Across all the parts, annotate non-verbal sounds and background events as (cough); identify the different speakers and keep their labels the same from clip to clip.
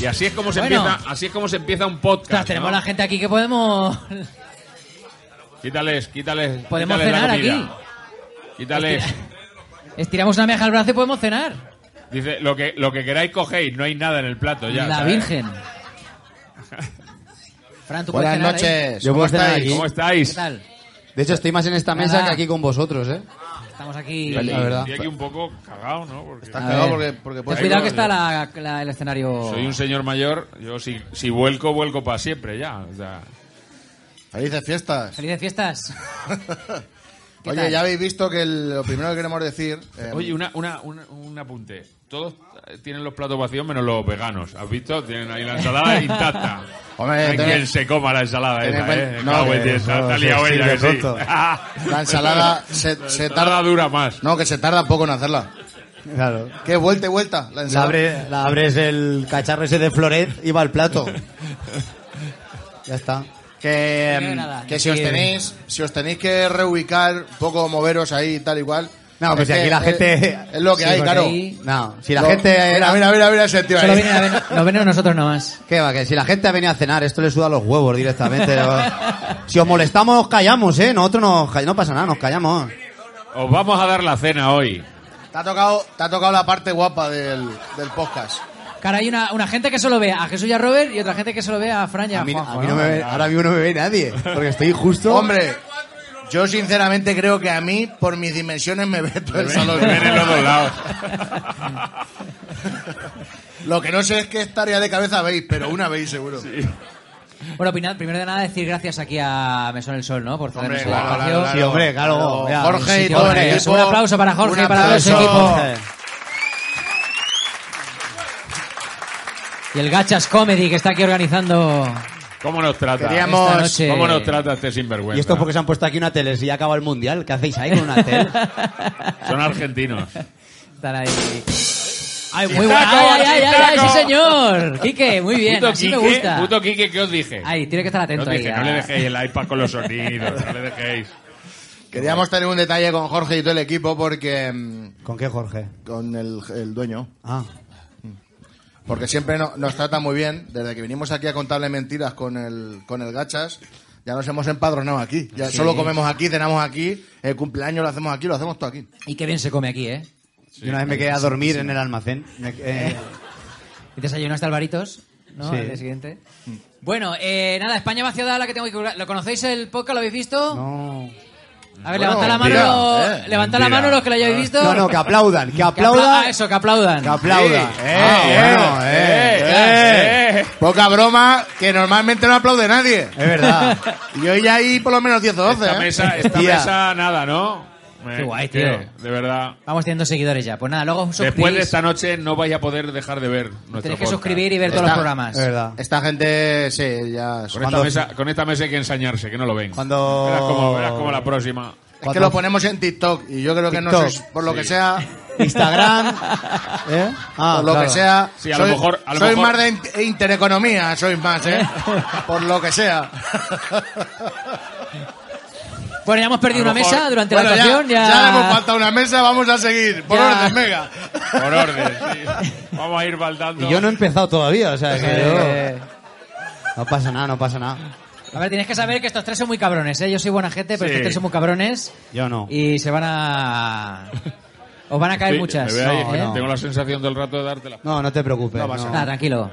Speaker 1: Y así es como se
Speaker 2: Bueno.
Speaker 1: empieza, así es como se empieza un
Speaker 2: O sea,
Speaker 1: podcast.
Speaker 2: tenemos
Speaker 1: ¿no?
Speaker 2: la gente aquí que podemos... (laughs)
Speaker 1: Quítales, quítales.
Speaker 2: Podemos
Speaker 1: quítales la
Speaker 2: cenar
Speaker 1: comida. Quítales.
Speaker 2: Estiramos una meja al brazo y podemos cenar.
Speaker 1: Dice, lo que, lo que queráis cogéis, no hay nada en el plato ya.
Speaker 2: la
Speaker 1: ¿sabes? (laughs)
Speaker 2: Virgen. Fran, ¿tú eh? puedes cenar
Speaker 3: Buenas
Speaker 2: ahí?
Speaker 3: noches.
Speaker 4: Yo
Speaker 3: ¿Cómo
Speaker 4: puedo cenar
Speaker 3: estáis?
Speaker 4: aquí.
Speaker 1: ¿Cómo
Speaker 2: ¿Qué
Speaker 1: estáis?
Speaker 2: tal?
Speaker 4: De hecho, estoy más en esta mesa
Speaker 2: Nada.
Speaker 4: que aquí con vosotros, ¿eh?
Speaker 2: Estamos aquí...
Speaker 4: La
Speaker 1: Estoy
Speaker 4: verdad.
Speaker 1: aquí un poco cagado, ¿no? Porque
Speaker 3: Estás
Speaker 2: A
Speaker 3: cagado
Speaker 2: ver.
Speaker 3: porque, porque
Speaker 2: Ten
Speaker 3: puedes-
Speaker 2: cuidado que está la- la- el escenario...
Speaker 1: soy un señor mayor. Yo si, si vuelco, vuelco para siempre ya. o sea.
Speaker 3: Felices fiestas.
Speaker 2: Feliz
Speaker 1: (laughs)
Speaker 2: de fiestas. ¿Qué
Speaker 3: Oye,
Speaker 2: tal?
Speaker 3: ya habéis visto que el- lo primero que queremos decir... eh,
Speaker 1: Oye, una, una, una- un apunte. Todos eh, tienen los platos vacíos menos los veganos. ¿Has visto? Tienen ahí la
Speaker 2: (laughs)
Speaker 1: ensalada intacta.
Speaker 3: Hombre,
Speaker 1: No hay
Speaker 3: ten-
Speaker 1: quien se coma la ensalada
Speaker 3: ten en
Speaker 1: esa,
Speaker 3: cuenta-
Speaker 1: ¿eh?
Speaker 3: no,
Speaker 1: Cago en
Speaker 3: que-
Speaker 1: diez, se ha
Speaker 3: no,
Speaker 1: liado
Speaker 3: sí, sí,
Speaker 1: ella,
Speaker 3: de
Speaker 1: que sí. (laughs)
Speaker 3: pronto. La ensalada se,
Speaker 1: La
Speaker 3: se
Speaker 1: ensalada
Speaker 3: Eh, tarda...
Speaker 1: dura más.
Speaker 3: No, que se tarda poco en hacerla.
Speaker 4: Claro.
Speaker 3: ¿Qué? Vuelta y vuelta. La
Speaker 4: La,
Speaker 3: ensalada.
Speaker 4: abre- la abres el cacharro ese de Floret y va al
Speaker 3: (laughs)
Speaker 4: plato. ya está.
Speaker 3: Que,
Speaker 2: No veo
Speaker 3: mm,
Speaker 2: nada.
Speaker 3: que si os
Speaker 2: Sí.
Speaker 3: tenéis, si os tenéis que reubicar, un poco moveros ahí y tal y cual.
Speaker 4: No, pues
Speaker 3: Es
Speaker 4: si aquí
Speaker 3: que
Speaker 4: la
Speaker 3: es-
Speaker 4: gente...
Speaker 3: Es lo que
Speaker 4: Sí,
Speaker 3: hay,
Speaker 4: porque
Speaker 3: claro.
Speaker 4: ahí- No, si la
Speaker 3: Lo-
Speaker 4: gente...
Speaker 3: Mira, mira, mira, mira ese tío
Speaker 2: Solo
Speaker 3: ahí.
Speaker 2: vienen a ver- nos ven a nosotros nomás.
Speaker 4: ¿Qué va? Que si la gente ha venido a cenar, esto le suda los huevos directamente. si os molestamos, os callamos, ¿eh? Nosotros nos call- no pasa nada, nos callamos.
Speaker 1: Os vamos a dar la cena hoy.
Speaker 3: Te ha tocado, te ha tocado la parte guapa del, del podcast.
Speaker 2: Cara, hay una, una gente que solo ve a Jesús y a Robert y otra gente que solo ve a Fran y a,
Speaker 4: A mí,
Speaker 2: Juanjo,
Speaker 4: a mí no me ve- ahora mismo no me ve nadie, porque estoy justo...
Speaker 3: Hombre, yo sinceramente creo que a mí, por mis dimensiones, me ve todo el salón.
Speaker 1: Ven en los dos lados.
Speaker 3: Lo que no sé es qué tarea de cabeza veis, pero una veis seguro.
Speaker 2: Bueno, opinad, primero de nada decir gracias aquí a Mesón el Sol, ¿no? Por ceder
Speaker 3: Hombre,
Speaker 2: nuestro
Speaker 3: claro,
Speaker 2: espacio.
Speaker 3: claro, claro.
Speaker 4: Sí, hombre, claro. ya,
Speaker 3: Jorge y
Speaker 2: sí,
Speaker 3: todo el
Speaker 2: hombre,
Speaker 3: equipo.
Speaker 2: un aplauso para Jorge
Speaker 3: Un
Speaker 2: y para todo ese
Speaker 3: aplauso.
Speaker 2: equipo. Y el Gachas Comedy que está aquí organizando.
Speaker 1: ¿Cómo nos trata?
Speaker 3: Queríamos-
Speaker 2: Esta noche.
Speaker 1: ¿Cómo nos trata este sinvergüenza?
Speaker 4: Y esto porque se han puesto aquí una tele, si ya acaba el mundial, ¿qué hacéis ahí con una tele?
Speaker 1: (laughs) Son argentinos.
Speaker 2: Están ahí. Ay, muy
Speaker 1: Chistaco,
Speaker 2: bueno. Ay, ay, ay, ay,
Speaker 1: chistaco.
Speaker 2: sí, señor. Quique, muy bien.
Speaker 1: Puto
Speaker 2: Así
Speaker 1: Quique,
Speaker 2: me gusta.
Speaker 1: Puto Quique, ¿qué os dije?
Speaker 2: Ahí, tiene que estar
Speaker 1: No,
Speaker 2: atento
Speaker 1: os
Speaker 2: ahí.
Speaker 1: dije,
Speaker 2: a-
Speaker 1: no le dejéis el iPad con los sonidos, no le dejéis.
Speaker 3: Queríamos tener un detalle con Jorge y todo el equipo porque... mm,
Speaker 4: ¿Con qué, Jorge?
Speaker 3: Con el, el dueño.
Speaker 4: Ah,
Speaker 3: Porque siempre no- nos trata muy bien. Desde que vinimos aquí a contarle mentiras con el, con el gachas, ya nos hemos empadronado aquí. Ya solo comemos aquí, cenamos aquí, el cumpleaños lo hacemos aquí, lo hacemos todo aquí.
Speaker 2: Y qué bien se come aquí, ¿eh?
Speaker 4: yo una vez me quedé a dormir en el almacén. Me- eh,
Speaker 2: Y desayunaste albaritos, ¿no?
Speaker 4: Sí. Mm.
Speaker 2: Al día siguiente. Bueno, eh, nada, España va ciudad la que tengo que curar. ¿Lo conocéis el podcast? ¿Lo habéis visto?
Speaker 4: no.
Speaker 2: A ver,
Speaker 3: Bueno,
Speaker 2: levantad la mano,
Speaker 3: mentira,
Speaker 2: lo-
Speaker 3: eh,
Speaker 2: levantad la
Speaker 1: mentira.
Speaker 2: mano los que lo hayáis visto.
Speaker 4: Ah, no, no, que aplaudan, que
Speaker 2: Que apla-
Speaker 4: aplaudan,
Speaker 2: ah, eso, que aplaudan.
Speaker 4: que aplaudan.
Speaker 3: Sí.
Speaker 4: Ah,
Speaker 3: (laughs) Eh,
Speaker 4: bueno,
Speaker 3: eh,
Speaker 4: eh.
Speaker 3: eh. Poca broma, que normalmente no aplaude nadie.
Speaker 4: Es verdad.
Speaker 3: Y hoy ya hay por lo menos 10 o 12.
Speaker 1: Esta
Speaker 3: ¿eh? (laughs)
Speaker 1: mesa, esta
Speaker 4: Tía.
Speaker 1: mesa nada, ¿no? Eh,
Speaker 2: Qué guay,
Speaker 1: que,
Speaker 2: tío.
Speaker 1: De verdad.
Speaker 2: Vamos teniendo seguidores ya. Pues nada, luego os suscribís.
Speaker 1: Después de esta noche no vais a poder dejar de ver nuestro
Speaker 2: Tenéis que
Speaker 1: podcast.
Speaker 2: suscribir y ver todos
Speaker 3: Está-
Speaker 2: los programas. (laughs)
Speaker 4: Es verdad.
Speaker 3: Esta gente, sí, ya...
Speaker 1: Con esta,
Speaker 4: Cuando-
Speaker 1: mesa, con esta mesa hay que ensañarse, que no lo ven.
Speaker 4: Cuando-
Speaker 1: Verás como, verás como la próxima.
Speaker 3: Es que lo ponemos en TikTok y yo creo que no
Speaker 4: TikTok.
Speaker 3: sois, por lo que sea,
Speaker 4: Instagram,
Speaker 2: (laughs)
Speaker 4: ¿eh? Ah,
Speaker 3: por lo
Speaker 4: claro.
Speaker 3: que sea,
Speaker 1: Sí, a lo
Speaker 3: sois-
Speaker 1: mejor- a lo
Speaker 3: sois
Speaker 1: mejor-
Speaker 3: más de in- intereconomía, sois más, ¿eh?
Speaker 1: (laughs)
Speaker 3: por lo que sea.
Speaker 2: Bueno, ya hemos perdido
Speaker 1: A lo
Speaker 2: una
Speaker 1: mejor-
Speaker 2: mesa durante
Speaker 3: Bueno,
Speaker 2: la
Speaker 3: ya,
Speaker 2: actuación. Ya,
Speaker 3: ya le hemos faltado una mesa, vamos a seguir. Por
Speaker 2: Ya.
Speaker 3: orden, venga.
Speaker 1: Por orden, sí. Vamos a ir baldando.
Speaker 4: Y yo no he empezado todavía, o sea que
Speaker 2: Eh,
Speaker 4: yo- No pasa nada, no pasa nada.
Speaker 2: A ver, tienes que saber que estos tres son muy cabrones, ¿eh? Yo soy buena gente, pero
Speaker 1: Sí.
Speaker 2: estos tres son muy cabrones.
Speaker 4: Yo no.
Speaker 2: Y se van a... Os van a caer
Speaker 1: Sí,
Speaker 2: muchas.
Speaker 1: me veo ahí,
Speaker 2: ¿eh?
Speaker 1: que Tengo la sensación todo el rato de darte la...
Speaker 4: No, no te preocupes. no.
Speaker 2: Nada, tranquilo.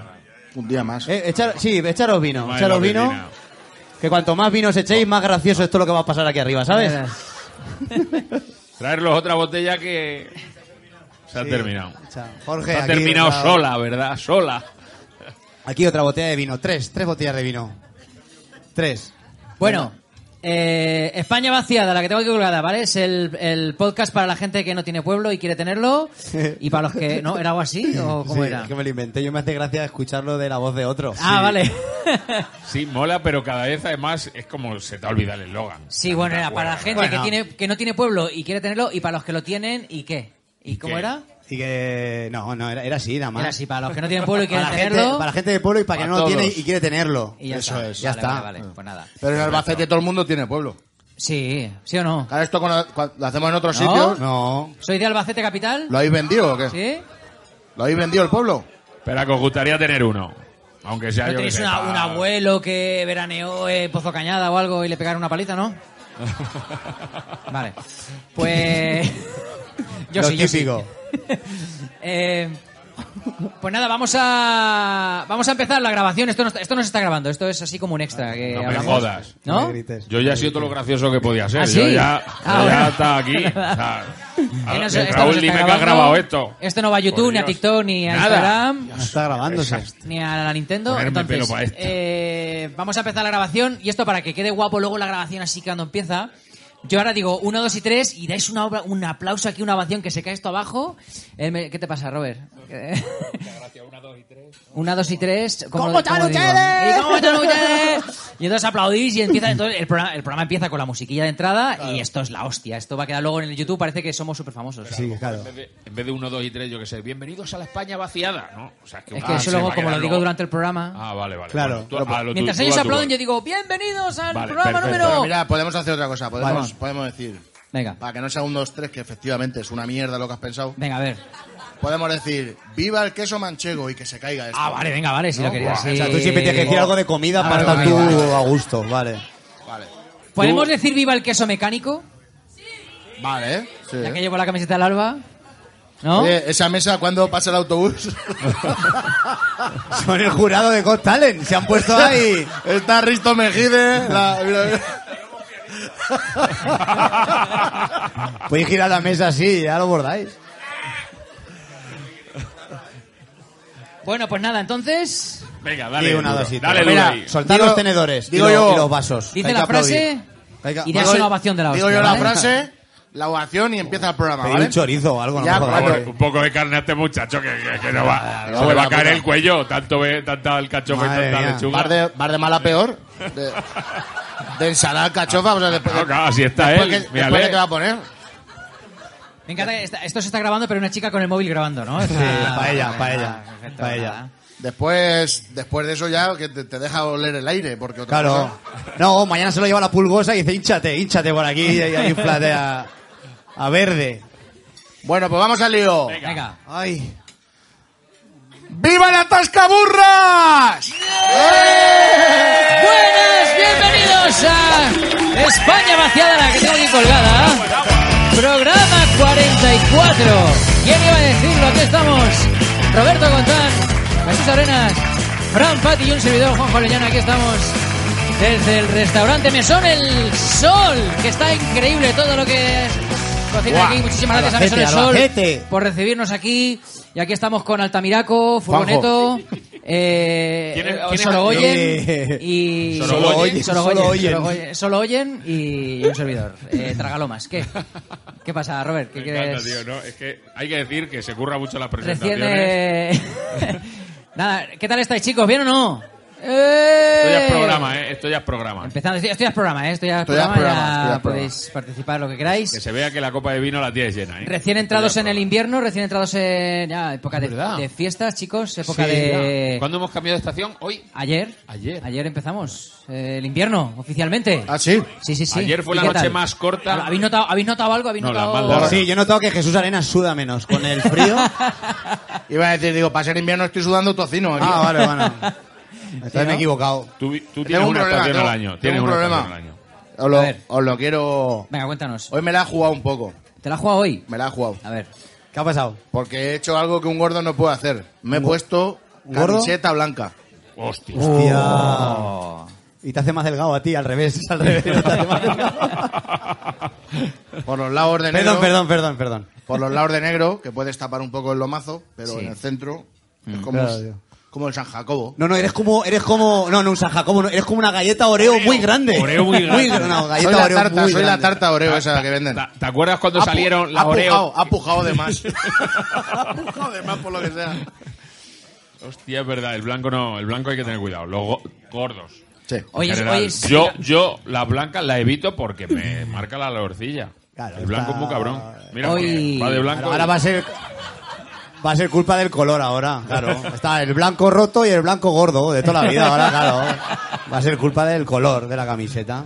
Speaker 3: Un día más.
Speaker 4: Eh, echar- sí, echaros vino,
Speaker 1: Madre
Speaker 4: echaros
Speaker 1: la
Speaker 4: vino.
Speaker 1: vecina.
Speaker 4: Que cuanto más vinos echéis, más gracioso es todo lo que va a pasar aquí arriba, ¿sabes?
Speaker 1: Traerlos otra botella que... Se ha terminado.
Speaker 4: Chao. Jorge,
Speaker 1: Se ha
Speaker 4: aquí,
Speaker 1: terminado
Speaker 4: otra-
Speaker 1: sola, ¿verdad? Sola.
Speaker 4: Aquí otra botella de vino, tres, tres botellas de vino. Tres.
Speaker 2: Bueno, Eh, España vaciada, la que tengo aquí colgada, ¿vale? Es el, el podcast para la gente que no tiene pueblo y quiere tenerlo. Y para los que no, ¿era algo así? ¿O cómo
Speaker 4: Sí,
Speaker 2: era?
Speaker 4: es que me lo inventé. Yo me hace gracia escucharlo de la voz de otro.
Speaker 2: Ah, vale.
Speaker 1: Sí, mola, pero cada vez además es como se te ha olvidado el eslogan.
Speaker 2: Sí, bueno, era para la gente que, tiene, que no tiene pueblo y quiere tenerlo y para los que lo tienen y qué. ¿Y, cómo
Speaker 1: qué?
Speaker 2: era?
Speaker 4: Y que... No, no, era, era así, nada más.
Speaker 2: Era así, para los que no tienen
Speaker 4: (laughs)
Speaker 2: pueblo y quieren
Speaker 4: para, la gente,
Speaker 2: tenerlo.
Speaker 4: para la gente de pueblo y para,
Speaker 1: Para
Speaker 4: que no lo tiene
Speaker 1: todos.
Speaker 4: y quiere tenerlo.
Speaker 2: Y ya
Speaker 4: Eso
Speaker 2: está.
Speaker 4: es, ya
Speaker 2: Vale,
Speaker 4: está.
Speaker 2: Vale, vale, pues nada.
Speaker 3: Pero en Albacete todo el mundo tiene pueblo.
Speaker 2: Sí, ¿sí o no?
Speaker 3: Claro, esto cuando, cuando lo hacemos en otros
Speaker 2: ¿No?
Speaker 3: sitios,
Speaker 4: No.
Speaker 2: ¿Soy de Albacete Capital?
Speaker 3: ¿lo habéis vendido o qué?
Speaker 2: ¿Sí?
Speaker 3: ¿Lo habéis vendido el pueblo?
Speaker 1: Pero que os gustaría tener uno. Aunque sea
Speaker 2: ¿No
Speaker 1: yo que
Speaker 2: tenéis
Speaker 1: sé,
Speaker 2: una-
Speaker 1: pa-
Speaker 2: un abuelo que veraneó en Pozo Cañada o algo y le pegaron una
Speaker 1: (laughs)
Speaker 2: paliza, no? Vale. Pues. Yo
Speaker 4: Lo
Speaker 2: sí, yo sí.
Speaker 4: típico.
Speaker 2: (laughs) Eh, pues nada, vamos a vamos a empezar la grabación. Esto no, está- esto no se está grabando, esto es así como un extra. Que
Speaker 1: No me
Speaker 2: hablamos.
Speaker 1: jodas.
Speaker 4: No
Speaker 2: ¿No?
Speaker 4: me grites.
Speaker 1: Yo ya he sido todo lo gracioso que podía ser.
Speaker 2: ¿Ah,
Speaker 1: Yo
Speaker 2: sí?
Speaker 1: ya,
Speaker 2: Ah,
Speaker 1: yo
Speaker 2: bueno.
Speaker 1: ya estaba
Speaker 2: (laughs)
Speaker 1: aquí. O sea, a-
Speaker 2: Eh, no sé, esto no
Speaker 1: Ah, Raúl,
Speaker 2: se está
Speaker 1: dime que has
Speaker 2: grabando.
Speaker 1: grabado esto.
Speaker 2: Esto no va a YouTube,
Speaker 1: Por
Speaker 2: ni a
Speaker 1: Dios.
Speaker 2: TikTok, ni a
Speaker 1: Nada.
Speaker 2: Instagram.
Speaker 4: Está grabándose.
Speaker 2: ni a la Nintendo.
Speaker 1: Ponerme
Speaker 2: Entonces,
Speaker 1: pelo pa' esto.
Speaker 2: eh, vamos a empezar la grabación y esto para que quede guapo luego la grabación así cuando empieza. Yo ahora digo uno, dos y tres y dais una obra- un aplauso aquí, una ovación que se cae esto abajo. Eh, me- ¿Qué te pasa, Robert? Eh, Una, dos y tres. ¿Cómo, están ustedes? ¿Y cómo están ustedes? Y entonces aplaudís y empieza. Entonces el, programa, el programa empieza con la musiquilla de entrada y esto es la hostia. Esto va a quedar luego en el YouTube. Parece que somos súper famosos.
Speaker 4: Sí, claro.
Speaker 2: Eh,
Speaker 1: En vez de- En vez de uno, dos y tres, yo que sé, bienvenidos a la España vaciada, ¿no? O sea,
Speaker 2: Es
Speaker 1: ah,
Speaker 2: que eso
Speaker 1: se
Speaker 2: luego,
Speaker 1: va a
Speaker 2: como lo
Speaker 1: quedar
Speaker 2: digo
Speaker 1: luego.
Speaker 2: durante el programa.
Speaker 1: Ah, vale, vale.
Speaker 4: Claro.
Speaker 1: Bueno, tú- a lo- tú-
Speaker 2: Mientras
Speaker 1: tú
Speaker 2: ellos
Speaker 1: a tu
Speaker 2: aplauden,
Speaker 1: voz.
Speaker 2: yo digo, bienvenidos al
Speaker 1: Vale,
Speaker 2: programa
Speaker 1: perfecto.
Speaker 3: Pero
Speaker 2: número...
Speaker 3: mira, podemos hacer otra cosa. Podemos,
Speaker 2: Vamos.
Speaker 3: podemos decir,
Speaker 2: Venga,
Speaker 3: para que no sea un 2, 3, que efectivamente es una mierda lo que has pensado,
Speaker 2: venga, a ver.
Speaker 3: podemos decir, viva el queso manchego y que se caiga esto.
Speaker 2: Ah, vale, venga, vale, si lo querías.
Speaker 4: O sea, tú siempre tienes que decir algo de comida
Speaker 3: Ah,
Speaker 4: para estar
Speaker 3: vale,
Speaker 4: tú
Speaker 3: vale, vale.
Speaker 4: a gusto, vale.
Speaker 3: Vale,
Speaker 2: ¿Podemos
Speaker 1: Tú-
Speaker 2: decir viva el queso mecánico?
Speaker 3: vale ¿eh? Sí.
Speaker 2: La que llevo la camiseta del alba. ¿No?
Speaker 3: Oye, esa mesa, ¿cuándo pasa el autobús?
Speaker 4: Son el jurado de Got Talent. Se han puesto ahí.
Speaker 3: Está Risto Mejide. la- mira, mira.
Speaker 4: Podéis girar la mesa así, ya lo bordáis.
Speaker 2: Bueno, pues nada, entonces...
Speaker 1: Venga, dale.
Speaker 4: Di una,
Speaker 1: duro.
Speaker 4: dos y tres.
Speaker 1: Dale,
Speaker 4: Mira,
Speaker 1: Mira,
Speaker 4: soltad
Speaker 3: digo-
Speaker 4: los tenedores
Speaker 3: digo
Speaker 4: y, lo-
Speaker 3: yo-
Speaker 4: y los vasos.
Speaker 2: Dice
Speaker 4: Hay que
Speaker 2: la frase
Speaker 4: aplaudir. Hay que- Pues
Speaker 2: y das
Speaker 4: Digo-
Speaker 2: una ovación de la
Speaker 3: Digo
Speaker 2: hostia,
Speaker 3: yo la
Speaker 2: ¿vale?
Speaker 3: frase, la ovación y empieza el programa,
Speaker 4: Pedid
Speaker 3: Ah, ¿vale?
Speaker 4: un chorizo o algo, no
Speaker 3: Ya,
Speaker 4: me jodas.
Speaker 3: cuando-
Speaker 1: Un poco de carne a este muchacho que, que- que no va,
Speaker 3: no,
Speaker 1: se le va a
Speaker 3: la
Speaker 1: caer
Speaker 3: puta.
Speaker 1: el cuello. Tanto ve, tanta el cachofa y
Speaker 4: Madre
Speaker 1: tanta
Speaker 4: mía.
Speaker 1: lechuga.
Speaker 3: Bar de, bar de mala peor. De, de ensalada cachofa, o sea, después,
Speaker 1: Claro, claro, así está
Speaker 3: después
Speaker 1: él.
Speaker 3: que-
Speaker 1: mírale.
Speaker 3: después que te va a poner.
Speaker 2: Me encanta que esta- esto se está grabando, pero una chica con el móvil grabando, ¿no?
Speaker 4: Sí, pa' ella, pa' ella, pa' ella.
Speaker 3: Después, después de eso ya que te, te deja oler el aire, porque otra
Speaker 4: Claro.
Speaker 3: cosa-
Speaker 4: No, mañana se lo lleva la pulgosa y dice, hinchate, hinchate por aquí y ahí inflate a, a verde.
Speaker 3: Bueno, pues vamos al lío.
Speaker 1: Venga.
Speaker 2: Venga.
Speaker 4: Ay.
Speaker 3: ¡Viva la tascaburras!
Speaker 2: Buenas, bienvenidos a España vaciada, la que tengo aquí colgada. Programa 44. ¿Quién iba a decirlo? Aquí estamos. Roberto Contán, Jesús Arenas, Fran Pati y un servidor, Juan Jolellana. Aquí estamos desde el restaurante Mesón El Sol, que está increíble todo lo que es. Cocina
Speaker 4: Guau,
Speaker 2: aquí. Muchísimas gracias a Mesón
Speaker 4: Albacete,
Speaker 2: El Sol
Speaker 4: Albacete.
Speaker 2: por recibirnos aquí. Y aquí estamos con Altamiraco, Furgoneto, (laughs) eh,
Speaker 1: ¿Quién es-
Speaker 2: eh,
Speaker 1: quién es-
Speaker 2: Sorogoyen
Speaker 4: Eh,
Speaker 2: y
Speaker 1: Solo oyen,
Speaker 2: Sorogoyen,
Speaker 4: solo oyen.
Speaker 2: Sorogoyen, solo oyen y un servidor. Eh, tragalomas. ¿Qué? ¿Qué pasa, Robert? ¿Qué
Speaker 1: Me encanta,
Speaker 2: quieres?
Speaker 1: tío, ¿no? Es que hay que decir que se curra mucho las
Speaker 2: Recién.
Speaker 1: presentaciones.
Speaker 2: eh, (laughs) Nada, ¿qué tal estáis, chicos? ¿Bien o no? ¡Eh!
Speaker 1: Esto ya es programa, ¿eh? Esto ya es programa.
Speaker 2: Empezando, esto ya es programa, ¿eh? Esto ya es
Speaker 3: Esto ya es
Speaker 2: programa,
Speaker 3: programa,
Speaker 2: ya
Speaker 3: esto ya es
Speaker 2: podéis participar lo que queráis.
Speaker 1: Que se vea que la copa de vino la tienes llena, ¿eh?
Speaker 2: Recién entrados en el invierno, recién entrados en ya, época de, de fiestas, chicos, época
Speaker 4: Sí,
Speaker 2: de...
Speaker 1: ¿Cuándo hemos cambiado de estación? Hoy.
Speaker 2: Ayer,
Speaker 1: Ayer.
Speaker 2: empezamos eh, el invierno, oficialmente.
Speaker 3: Ah, sí.
Speaker 2: Sí, sí, sí.
Speaker 1: Ayer fue
Speaker 2: ¿Y
Speaker 1: la
Speaker 2: qué
Speaker 1: noche
Speaker 2: tal?
Speaker 1: más corta.
Speaker 2: ¿Habéis notado, ¿habéis notado algo? ¿Habéis
Speaker 1: No, la
Speaker 2: notado...
Speaker 1: maldad.
Speaker 4: Sí, yo he notado que Jesús Arenas suda menos con el frío. Ah,
Speaker 3: Iba a decir, digo, para ser invierno estoy sudando tocino. aquí.
Speaker 4: Ah, vale, bueno. Estoy
Speaker 2: ¿no?
Speaker 4: equivocado.
Speaker 1: Tú, tú
Speaker 3: Tengo
Speaker 1: tienes
Speaker 3: un
Speaker 1: una
Speaker 3: problema.
Speaker 1: estación
Speaker 3: tengo-
Speaker 1: al año.
Speaker 3: tengo
Speaker 1: Tienes
Speaker 3: un
Speaker 1: una
Speaker 3: problema.
Speaker 1: estación al año.
Speaker 3: Os
Speaker 2: A
Speaker 3: lo,
Speaker 2: ver.
Speaker 3: os lo quiero.
Speaker 2: Venga, cuéntanos.
Speaker 3: Hoy me la ha jugado un poco.
Speaker 2: ¿Te la has jugado hoy?
Speaker 3: Me la ha jugado.
Speaker 2: A ver.
Speaker 4: ¿Qué ha pasado?
Speaker 3: Porque he hecho algo que un gordo no puede hacer. Me he puesto
Speaker 4: un gordo?
Speaker 3: camiseta blanca.
Speaker 1: Hostia.
Speaker 4: Hostia. Y te hace más delgado a ti, al revés. Al revés te hace más delgado.
Speaker 3: Por los lados de negro.
Speaker 4: perdón, perdón, perdón, perdón.
Speaker 3: Por los lados de negro, que puedes tapar un poco el lomazo, pero
Speaker 2: Sí.
Speaker 3: en el centro es como,
Speaker 4: Mm. claro, tío.
Speaker 3: como Como el San Jacobo.
Speaker 4: No, no, eres como, eres como, no, no, un San Jacobo, no, eres como una galleta Oreo, muy grande.
Speaker 1: Oreo muy grande.
Speaker 4: gr- no, galleta
Speaker 3: Soy la
Speaker 4: Oreo
Speaker 3: tarta,
Speaker 4: muy
Speaker 3: soy la
Speaker 4: grande.
Speaker 3: tarta Oreo esa que venden.
Speaker 1: ¿Te- ¿Te acuerdas cuando
Speaker 3: Ha pu-
Speaker 1: salieron las
Speaker 3: ha pujado,
Speaker 1: Oreo?
Speaker 3: ha pujado
Speaker 1: (laughs)
Speaker 3: de más. ha pujado de más por lo que sea.
Speaker 1: Hostia, es verdad, el blanco no, el blanco hay que tener cuidado. Los go- gordos.
Speaker 3: Sí.
Speaker 1: en
Speaker 2: Oye,
Speaker 1: general.
Speaker 2: oye,
Speaker 1: yo, yo las blancas las evito porque me marca la lorcilla.
Speaker 4: Claro,
Speaker 1: el blanco es muy
Speaker 4: está-
Speaker 1: cabrón. Mira,
Speaker 2: Hoy-
Speaker 1: porque va de blanco.
Speaker 4: Claro, ahora va a ser, va a ser culpa del color ahora, claro. Está el blanco roto y el blanco gordo de toda la vida ahora, claro. Va a ser culpa del color de la camiseta.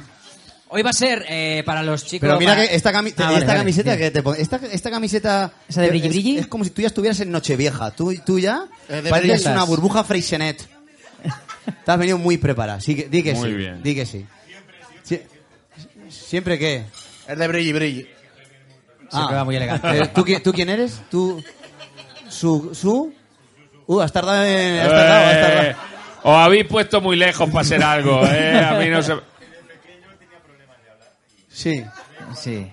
Speaker 2: Hoy va a ser eh, para los chicos.
Speaker 4: Pero mira
Speaker 2: para-
Speaker 4: que esta, cami-
Speaker 2: Ah, vale,
Speaker 4: esta
Speaker 2: vale,
Speaker 4: camiseta
Speaker 2: bien.
Speaker 4: que te pon- esta, esta camiseta
Speaker 2: ¿Esa de brilli
Speaker 4: es-
Speaker 2: brilli?
Speaker 4: Es, como si tú ya estuvieras en Nochevieja. Tú, tú ya
Speaker 2: Eh,
Speaker 3: Es de
Speaker 4: pareces
Speaker 3: brillantas.
Speaker 4: una burbuja Freixenet. Te has venido muy preparada. Sí, que- di que
Speaker 1: Muy
Speaker 4: sí.
Speaker 1: bien.
Speaker 4: Di que sí. Sie- ¿Siempre qué?
Speaker 3: Es de brilli brilli.
Speaker 2: Siempre va muy elegante.
Speaker 4: Eh, ¿tú, qui- tú quién eres? ¿Tú? ¿Su? su? Uh, has tardado en... Has tardado, has tardado.
Speaker 1: Eh, os habéis puesto muy lejos para hacer algo, eh. A mí no se...
Speaker 4: Sí.
Speaker 2: Sí.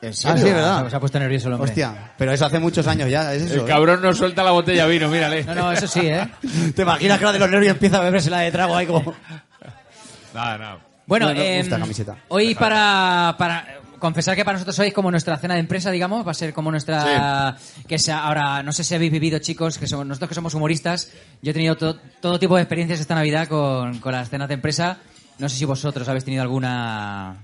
Speaker 3: ¿En
Speaker 4: Ah, sí,
Speaker 3: serio?
Speaker 4: ¿verdad?
Speaker 2: Se- Se ha puesto nervioso el hombre.
Speaker 4: Hostia, pero eso hace muchos años ya, es
Speaker 1: El
Speaker 4: eso. ¿eh?
Speaker 1: cabrón no suelta la botella de vino, mírale.
Speaker 2: ¿eh? No, no, eso sí, ¿eh?
Speaker 4: (laughs) ¿Te imaginas que la de los nervios empieza a beberse la de trago ahí como...
Speaker 1: (laughs) Nada, nada.
Speaker 2: Bueno,
Speaker 4: No, no,
Speaker 2: em,
Speaker 4: gusta camiseta.
Speaker 2: hoy para, para confesar que para nosotros hoy es como nuestra cena de empresa, digamos, va a ser como nuestra... que sea, Ahora, no sé si habéis vivido, chicos, que somos, nosotros que somos humoristas, yo he tenido to- todo tipo de experiencias esta Navidad con, con las cenas de empresa. No sé si vosotros habéis tenido alguna...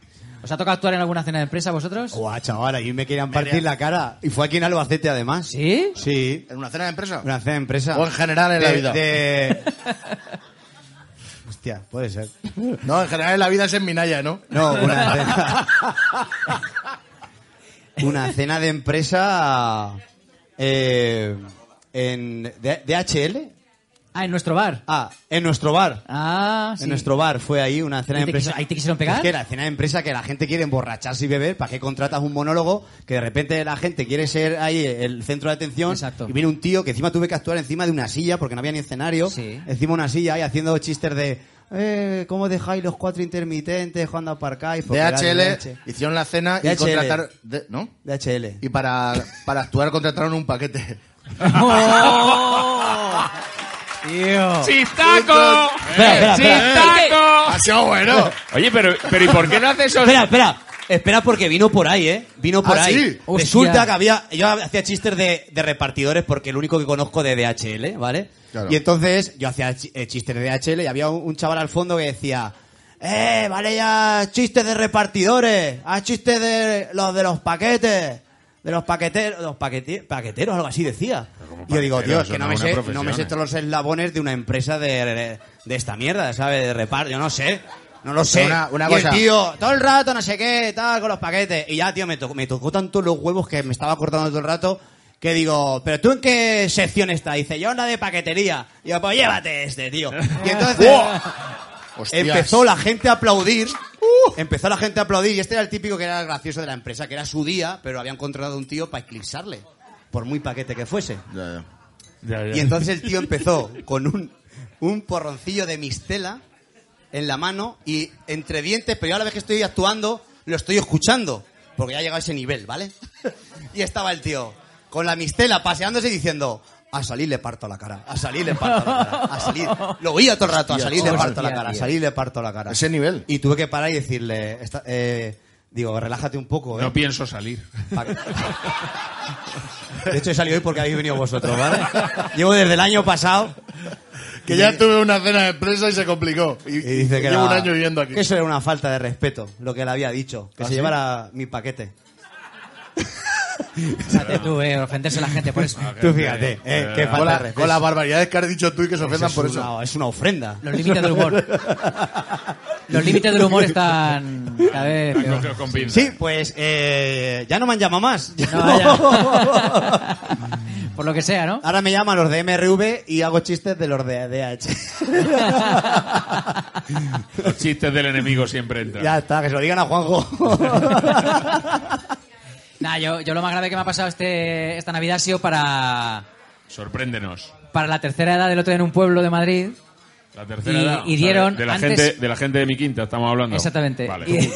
Speaker 2: ¿Os ha tocado actuar en alguna cena de empresa vosotros?
Speaker 4: Guau, chaval, ahí me querían partir la cara. Y fue aquí en Albacete, además.
Speaker 2: ¿Sí?
Speaker 4: Sí.
Speaker 3: ¿En una cena de empresa?
Speaker 4: Una cena de empresa.
Speaker 3: O en general en la
Speaker 4: De-
Speaker 3: vida.
Speaker 4: de- Hostia, puede ser.
Speaker 3: No, en general en la vida es en Minaya, ¿no?
Speaker 4: No, una cena... (laughs) una cena de empresa... eh, en D- DHL.
Speaker 2: Ah, en nuestro bar.
Speaker 4: Ah, en nuestro bar.
Speaker 2: Ah, sí.
Speaker 4: En nuestro bar fue ahí una cena
Speaker 2: ¿Y
Speaker 4: de
Speaker 2: te
Speaker 4: empresa.
Speaker 2: quiso- ahí te quisieron pegar?
Speaker 4: Es que la cena de empresa que la gente quiere emborracharse y beber, ¿para qué contratas un monólogo que de repente la gente quiere ser ahí el centro de atención?
Speaker 2: Exacto.
Speaker 4: Y viene un tío que encima tuve que actuar encima de una silla porque no había ni escenario.
Speaker 2: Sí.
Speaker 4: Encima una silla ahí haciendo chistes de eh, ¿cómo dejáis los cuatro intermitentes cuando aparcáis? Porque era
Speaker 3: DHL
Speaker 4: DH.
Speaker 3: hicieron la cena y
Speaker 4: DHL.
Speaker 3: contrataron... de- ¿No?
Speaker 4: DHL.
Speaker 3: Y para, para actuar contrataron un paquete.
Speaker 2: ¡Oh! Tío.
Speaker 1: ¡Chistaco!
Speaker 4: Espera, espera, espera.
Speaker 1: ¡Chistaco!
Speaker 3: ¡Ha sido bueno!
Speaker 1: Oye, pero, pero ¿y por qué no haces eso?
Speaker 4: Espera, espera. Espera porque vino por ahí, ¿eh? Vino por
Speaker 3: ¿Ah,
Speaker 4: ahí.
Speaker 3: sí?
Speaker 4: Resulta
Speaker 2: Hostia.
Speaker 4: que había... Yo hacía chistes de, de repartidores porque el único que conozco de DHL, ¿vale?
Speaker 3: Claro.
Speaker 4: Y entonces yo hacía chi- eh, chistes de DHL y había un, un chaval al fondo que decía... ¡Eh, vale ya chistes de repartidores! ¡Ah, chistes de los de los paquetes! De los paqueteros, los paquete- paqueteros, algo así decía.
Speaker 1: como
Speaker 4: Y yo digo,
Speaker 1: paquetero,
Speaker 4: tío, es
Speaker 1: eso
Speaker 4: que no,
Speaker 1: no
Speaker 4: me
Speaker 1: es
Speaker 4: sé,
Speaker 1: una
Speaker 4: no me sé
Speaker 1: profesión,
Speaker 4: todos los eslabones de una empresa de, de, de esta mierda, ¿sabes? De reparto, yo no sé. No lo sé.
Speaker 3: Pues Una- una
Speaker 4: Y el
Speaker 3: cosa.
Speaker 4: tío tío, todo el rato, no sé qué, tal, con los paquetes. Y ya, tío, me, to- me tocó tanto los huevos que me estaba cortando todo el rato que digo, ¿pero tú en qué sección estás? Dice, yo en la de paquetería. Y yo, pues llévate este, tío. Y
Speaker 3: (laughs)
Speaker 4: entonces
Speaker 3: Hostias. Uh.
Speaker 4: empezó la gente a aplaudir. Empezó la gente a aplaudir. Y este era el típico que era el gracioso de la empresa, que era su día, pero habían contratado un tío para eclipsarle. Por muy paquete que fuese.
Speaker 3: Ya,
Speaker 1: Ya, ya.
Speaker 4: Y entonces el tío empezó con un, un porroncillo de mistela en la mano y entre dientes, pero yo a la vez que estoy actuando, lo estoy escuchando, porque ya ha llegado a ese nivel, ¿vale? (laughs) Y estaba el tío con la mistela paseándose y diciendo, a salir le parto la cara, a salir le parto la cara, a salir. Lo oía todo el rato, a salir le parto la cara, a salir le parto la cara.
Speaker 3: ya. Ese nivel.
Speaker 4: Y tuve que parar y decirle, "Esta- eh, digo, relájate un poco, ¿eh?
Speaker 1: No pienso salir.
Speaker 4: Pa' que- De hecho, he salido hoy porque habéis venido vosotros, ¿vale? Llevo desde el año pasado
Speaker 3: Que ya tuve una cena de empresa y se complicó. Y,
Speaker 4: y dice que
Speaker 3: llevo
Speaker 4: era-
Speaker 3: un año viviendo aquí.
Speaker 4: que eso era una falta de respeto, lo que le había dicho, que
Speaker 3: ¿Ah,
Speaker 4: se
Speaker 3: sí?
Speaker 4: llevara mi paquete.
Speaker 2: Fíjate tú, eh, ofenderse a la gente por
Speaker 4: (laughs)
Speaker 2: eso.
Speaker 4: Tú fíjate, eh, qué
Speaker 3: Con,
Speaker 4: falta de
Speaker 3: la-
Speaker 4: respeto.
Speaker 3: con las barbaridades que has dicho tú y que se ofendan
Speaker 4: es,
Speaker 3: por
Speaker 4: una,
Speaker 3: eso.
Speaker 4: es una ofrenda.
Speaker 2: Los límites del humor. Los límites del humor están cada vez
Speaker 1: Te han
Speaker 2: peor.
Speaker 1: cogido con pinzas.
Speaker 4: Sí, pues eh, ya no me han llamado más.
Speaker 2: No,
Speaker 4: (laughs)
Speaker 2: vaya. Por lo que sea, ¿no?
Speaker 4: Ahora me llaman los de MRV y hago chistes de los de DH.
Speaker 1: Los chistes del enemigo siempre entran.
Speaker 4: ya está, que se lo digan a Juanjo.
Speaker 3: (laughs)
Speaker 2: Nah, yo, yo lo más grave que me ha pasado este, esta Navidad ha sido para,
Speaker 1: Sorpréndenos.
Speaker 2: para la tercera edad del otro día en un pueblo de Madrid.
Speaker 1: La tercera
Speaker 2: Y-
Speaker 1: edad.
Speaker 2: y dieron
Speaker 1: de, la
Speaker 2: antes-
Speaker 1: gente, de la gente de mi quinta estamos hablando.
Speaker 2: Exactamente.
Speaker 1: Vale.
Speaker 2: Y-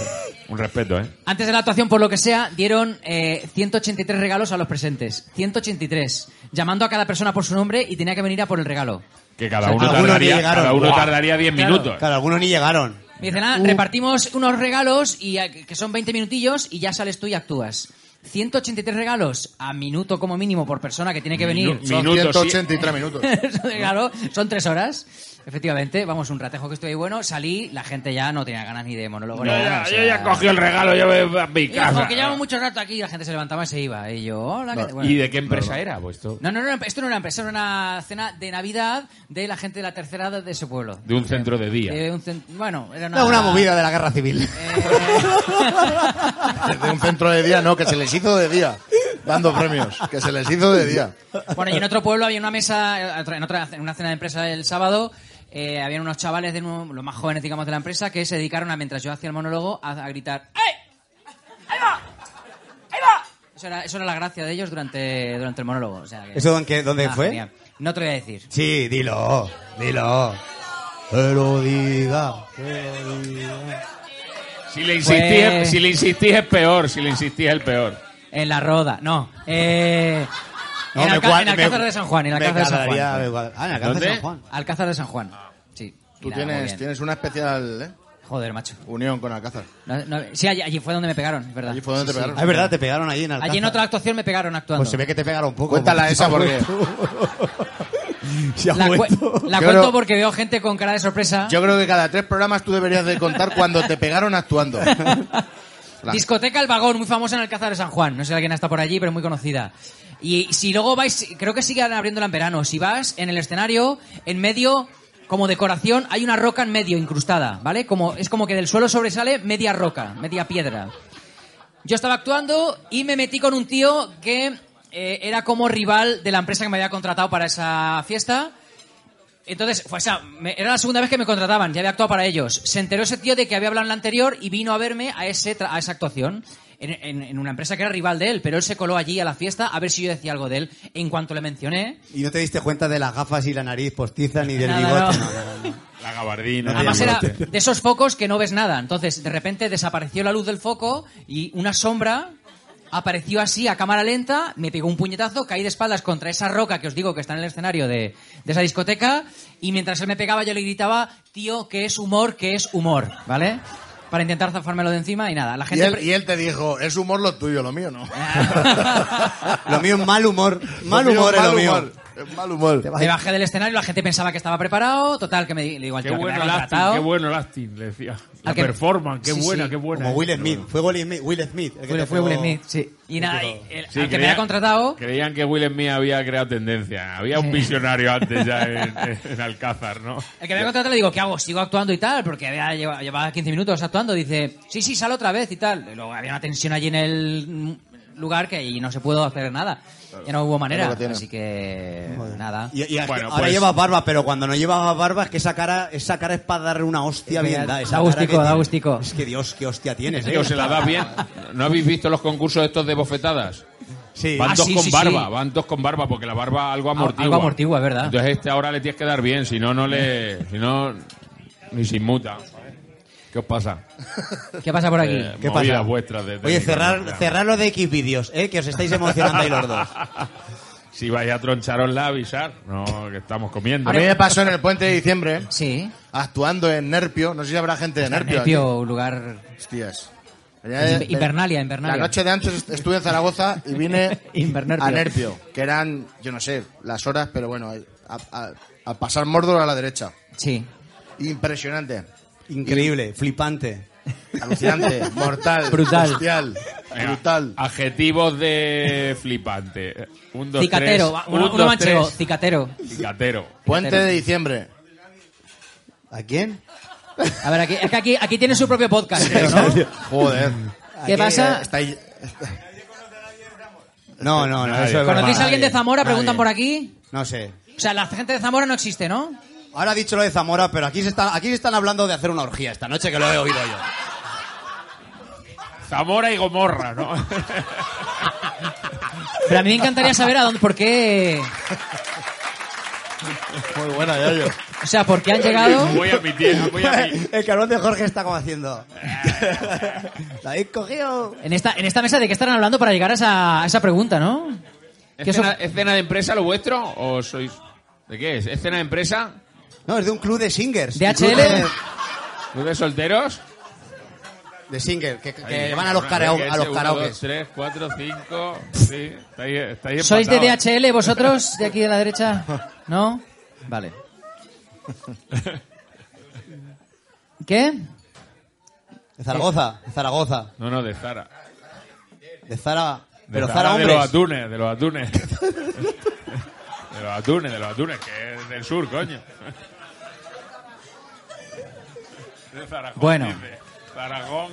Speaker 1: Un respeto, ¿eh?
Speaker 2: Antes de la actuación, por lo que sea, dieron eh, 183 regalos a los presentes. 183. llamando a cada persona por su nombre y tenía que venir a por el regalo.
Speaker 1: Que cada uno
Speaker 4: Algunos
Speaker 1: tardaría,
Speaker 4: llegaron.
Speaker 1: cada uno
Speaker 4: Buah.
Speaker 1: tardaría 10
Speaker 2: Claro,
Speaker 1: minutos.
Speaker 4: Claro, algunos ni llegaron.
Speaker 2: Me dicen, ah, repartimos unos regalos y a- que son 20 minutillos y ya sales tú y actúas. 183 regalos a minuto como mínimo por persona que tiene que venir.
Speaker 1: Minu-
Speaker 3: Son
Speaker 1: Minutos,
Speaker 3: 183 (laughs) minutos.
Speaker 2: (laughs) claro, son tres horas. Efectivamente, vamos, un ratejo que estoy ahí bueno. Salí, la gente ya no tenía ganas ni de monólogo.
Speaker 1: Yo
Speaker 2: ni nada,
Speaker 1: ya,
Speaker 2: o
Speaker 1: yo
Speaker 2: sea,
Speaker 1: ya cogí el regalo, yo me voy a mi
Speaker 2: y
Speaker 1: casa.
Speaker 2: dijo que llevamos mucho rato aquí, la gente se levantaba y se iba. Y yo, hola, ¿qué tal? Bueno.
Speaker 1: ¿Y de qué empresa era? Pues esto?
Speaker 2: No, no, no, esto no era una empresa, era una cena de Navidad de la gente de la tercera edad de ese pueblo.
Speaker 1: De un centro de día.
Speaker 2: De un cen- bueno, era eh, una,
Speaker 4: Era una movida de la guerra civil.
Speaker 3: De un centro de día, no, que se les hizo de día. Dando premios. Que se les hizo de día.
Speaker 2: Bueno, y en otro pueblo había una mesa, eh, otra- en, otra, en una cena de empresa el sábado, eh, habían unos chavales, de nuevo, los más jóvenes, digamos, de la empresa, que se dedicaron a, mientras yo hacía el monólogo, a, a gritar ¡Ey! ¡Ahí va! ¡Ahí va! Eso era, eso era la gracia de ellos durante, durante el monólogo. o sea que-
Speaker 4: ¿Eso en qué- dónde
Speaker 2: Ah,
Speaker 4: fue?
Speaker 2: genial. No te lo voy a decir.
Speaker 4: Sí, dilo, dilo. Que lo diga, que lo diga.
Speaker 1: Si le insistís, es- si le insistís es peor, si le insistís es el peor.
Speaker 2: En la roda, no. Eh,
Speaker 4: No,
Speaker 2: en,
Speaker 4: me
Speaker 2: Alca-
Speaker 4: cua-
Speaker 2: en Alcázar
Speaker 4: me-
Speaker 2: de San Juan, en
Speaker 4: me
Speaker 2: Alcázar de San
Speaker 4: cuadraría, me
Speaker 2: Juan.
Speaker 4: cuadra- Ah, en Alcázar de
Speaker 1: ¿Dónde?
Speaker 4: San Juan.
Speaker 2: Alcázar de San Juan, sí.
Speaker 3: Tú
Speaker 2: Y nada, muy
Speaker 3: tienes,
Speaker 2: bien.
Speaker 3: tienes una especial ¿eh?
Speaker 2: Joder, macho.
Speaker 3: unión con Alcázar.
Speaker 2: No- no- sí, allí, allí fue donde me pegaron, es verdad.
Speaker 3: Allí fue donde te
Speaker 2: Sí, sí.
Speaker 3: pegaron.
Speaker 4: Ah, es verdad, te pegaron allí en Alcázar.
Speaker 2: Allí en otra actuación me pegaron actuando.
Speaker 4: Pues (laughs) se ve que te pegaron un poco.
Speaker 3: Cuéntala esa, porque-
Speaker 4: Se ha
Speaker 2: la cue-
Speaker 4: vuelto. (laughs)
Speaker 2: la
Speaker 3: Yo
Speaker 2: cuento
Speaker 3: creo-
Speaker 2: porque veo gente con cara de sorpresa.
Speaker 3: Yo creo que cada tres programas tú deberías de contar cuando te pegaron
Speaker 4: (laughs)
Speaker 3: actuando.
Speaker 2: Discoteca El Vagón, muy famosa en Alcázar de San Juan. No sé si alguien está por allí, pero muy conocida. Y si luego vais, creo que sigan abriéndola en verano. Si vas en el escenario, en medio, como decoración, hay una roca en medio incrustada, ¿vale? Como, es como que del suelo sobresale media roca, media piedra. Yo estaba actuando y me metí con un tío que eh, era como rival de la empresa que me había contratado para esa fiesta. Entonces, fue, o sea, me- era la segunda vez que me contrataban, ya había actuado para ellos. Se enteró ese tío de que había hablado en la anterior y vino a verme a, ese, tra- a esa actuación en, en- en una empresa que era rival de él, pero él se coló allí a la fiesta a ver si yo decía algo de él. En cuanto le mencioné,
Speaker 4: Y no te diste cuenta de las gafas y la nariz postiza ni del
Speaker 2: Nada,
Speaker 4: bigote.
Speaker 2: no.
Speaker 4: No, no, no.
Speaker 1: La gabardina.
Speaker 2: Además
Speaker 1: el
Speaker 2: era
Speaker 1: bigote.
Speaker 2: de esos focos que no ves nada. Entonces, de repente desapareció la luz del foco y una sombra apareció así a cámara lenta, me pegó un puñetazo, caí de espaldas contra esa roca que os digo que está en el escenario de, de esa discoteca y mientras él me pegaba yo le gritaba, tío, que es humor, que es humor, ¿vale? Para intentar zafármelo de encima y nada. La
Speaker 3: Y
Speaker 2: gente...
Speaker 3: (laughs) él, y él te dijo, es humor lo tuyo, lo mío no.
Speaker 4: Lo mío es mal humor. (laughs) Mal
Speaker 3: Lo mío
Speaker 4: humor es
Speaker 3: mal
Speaker 4: lo mío.
Speaker 3: humor, es mal humor.
Speaker 2: Me bajé del escenario, la gente pensaba que estaba preparado, total, que me di- le digo al
Speaker 1: Qué
Speaker 2: tío que me
Speaker 1: bueno
Speaker 2: había
Speaker 1: Lasting,
Speaker 2: contratado.
Speaker 1: qué bueno Lasting, le decía. La
Speaker 2: Al que-
Speaker 1: performance, qué
Speaker 2: Sí,
Speaker 1: buena,
Speaker 2: sí.
Speaker 1: qué buena.
Speaker 4: Como Will
Speaker 1: Pero
Speaker 4: Smith.
Speaker 1: bueno.
Speaker 4: Fue Will Smith. Will Smith. el que
Speaker 2: Fue,
Speaker 4: te
Speaker 2: fue
Speaker 4: pegó-
Speaker 2: Will Smith, sí. Y nada, y
Speaker 1: Sí,
Speaker 2: el, al que me
Speaker 1: creía-
Speaker 2: había contratado...
Speaker 1: Creían que Will Smith había creado tendencia. Había un visionario antes
Speaker 2: (laughs)
Speaker 1: ya en, en Alcázar, ¿no?
Speaker 2: El que me ha contratado le digo, ¿qué hago? ¿Sigo actuando y tal? Porque había lleva- llevaba 15 minutos actuando. Dice, sí, sí, sal otra vez y tal. Y luego había una tensión allí en el mm, lugar que y no se pudo hacer nada. Ya no hubo manera.
Speaker 3: Es lo que tiene.
Speaker 2: así que, nada.
Speaker 4: Y, y
Speaker 1: Bueno,
Speaker 4: ahora
Speaker 1: pues-
Speaker 4: llevas barba, pero cuando no llevas barba es que esa cara, esa cara es para darle una hostia
Speaker 2: Mira,
Speaker 4: bien. da, esa
Speaker 2: da
Speaker 4: cara
Speaker 2: gustico,
Speaker 4: que
Speaker 2: da
Speaker 4: tiene.
Speaker 2: gustico.
Speaker 4: Es que Dios, qué hostia tienes,
Speaker 1: Tío,
Speaker 4: eh.
Speaker 1: se la da bien. ¿No habéis visto los concursos estos de bofetadas?
Speaker 4: Sí.
Speaker 1: Van
Speaker 2: Ah,
Speaker 1: dos
Speaker 2: sí,
Speaker 1: con
Speaker 2: sí,
Speaker 1: barba,
Speaker 2: sí. Ah,
Speaker 1: van dos con barba, porque la barba algo amortigua.
Speaker 2: algo amortigua, es verdad.
Speaker 1: Entonces este ahora le tienes que dar bien, si no, no
Speaker 2: (laughs)
Speaker 1: le... Si no, ni se inmuta. ¿Qué os pasa?
Speaker 2: ¿Qué pasa por aquí?
Speaker 1: Eh,
Speaker 4: ¿Qué
Speaker 1: movidas
Speaker 4: pasa?
Speaker 1: vuestras de
Speaker 4: Oye,
Speaker 1: técnicos, o
Speaker 4: cerrar,
Speaker 1: sea.
Speaker 4: cerrar los de X vídeos, eh, que os estáis emocionando ahí los dos.
Speaker 1: Si vais a troncharosla, avisar. No, que estamos comiendo.
Speaker 3: A mí me pasó en el puente de diciembre,
Speaker 2: Sí.
Speaker 3: actuando en Nerpio. No sé si habrá gente de Nerpio. aquí.
Speaker 2: Nerpio, un lugar...
Speaker 3: Hostias.
Speaker 2: Es inver- Invernalia,
Speaker 3: La
Speaker 2: Invernalia.
Speaker 3: noche de antes estuve en Zaragoza y vine
Speaker 4: (laughs)
Speaker 2: Invernerpio.
Speaker 3: a Nerpio, que eran, yo no sé, las horas, pero bueno, a, a- a pasar Mordor a la derecha.
Speaker 2: Sí.
Speaker 3: Impresionante,
Speaker 4: Increíble, flipante.
Speaker 3: (laughs) alucinante, mortal,
Speaker 2: Brutal.
Speaker 3: bestial,
Speaker 1: Venga,
Speaker 3: brutal.
Speaker 1: Adjetivos de flipante. Un, dos,
Speaker 2: cicatero,
Speaker 1: tres.
Speaker 2: va, uno,
Speaker 1: Un,
Speaker 2: uno
Speaker 1: dos,
Speaker 2: manchego,
Speaker 1: tres.
Speaker 2: cicatero.
Speaker 1: Cicatero.
Speaker 3: Puente de diciembre.
Speaker 4: ¿A quién?
Speaker 2: A ver, aquí, es que aquí, aquí tiene su propio podcast, creo, ¿no?
Speaker 3: Joder.
Speaker 2: ¿Qué pasa?
Speaker 3: Está ahí-
Speaker 4: eh, No, no, no,
Speaker 1: Nadie.
Speaker 4: eso es broma.
Speaker 2: ¿Conocéis a alguien de
Speaker 4: Nadie.
Speaker 2: Zamora? Preguntan
Speaker 3: Nadie.
Speaker 2: por aquí.
Speaker 4: No sé.
Speaker 2: O sea, la gente de Zamora no existe, ¿no?
Speaker 4: Ahora ha dicho lo de Zamora, pero aquí se, está, aquí se están hablando de hacer una orgía esta noche, que lo he oído yo.
Speaker 1: Zamora y Gomorra, ¿no?
Speaker 2: Pero a mí me encantaría saber a dónde, por qué...
Speaker 3: Muy buena, ya yo.
Speaker 2: O sea, ¿por qué han llegado?
Speaker 1: (laughs) voy a mi tierra, voy a mi...
Speaker 4: (laughs) El cabrón de Jorge está como haciendo. (laughs) ¿La habéis cogido?
Speaker 2: En esta, en esta mesa de (laughs) qué estarán hablando para llegar a esa, a esa pregunta, ¿no? Que eso-
Speaker 1: ¿Escena, escena de empresa lo vuestro? ¿O sois.? ¿De qué es? ¿Escena de empresa?
Speaker 4: No, es de un club de singers.
Speaker 2: ¿De
Speaker 4: Un club
Speaker 2: HL?
Speaker 4: De,
Speaker 1: ¿Club de solteros?
Speaker 4: de singers, que, que
Speaker 1: Ahí,
Speaker 4: van a los,
Speaker 1: una,
Speaker 4: karaoke,
Speaker 1: que
Speaker 4: a los
Speaker 1: ese, uno, dos,
Speaker 4: karaokes.
Speaker 1: tres, cuatro, cinco. Sí, está ahí, está ahí
Speaker 2: ¿Sois de
Speaker 1: empatado.
Speaker 2: DHL vosotros, de aquí de la
Speaker 3: (laughs)
Speaker 2: derecha? ¿No? Vale. ¿Qué?
Speaker 4: De Zaragoza, de Zaragoza,
Speaker 1: No, no, de Zara.
Speaker 4: de Zara...
Speaker 1: De
Speaker 4: Pero
Speaker 1: Zara
Speaker 4: Zara,
Speaker 1: de
Speaker 4: hombres.
Speaker 1: los atunes, de los atunes. (laughs) de los atunes, de los atunes, que es del sur, coño. De Zaragón.
Speaker 2: Bueno.
Speaker 1: dice. Zaragón.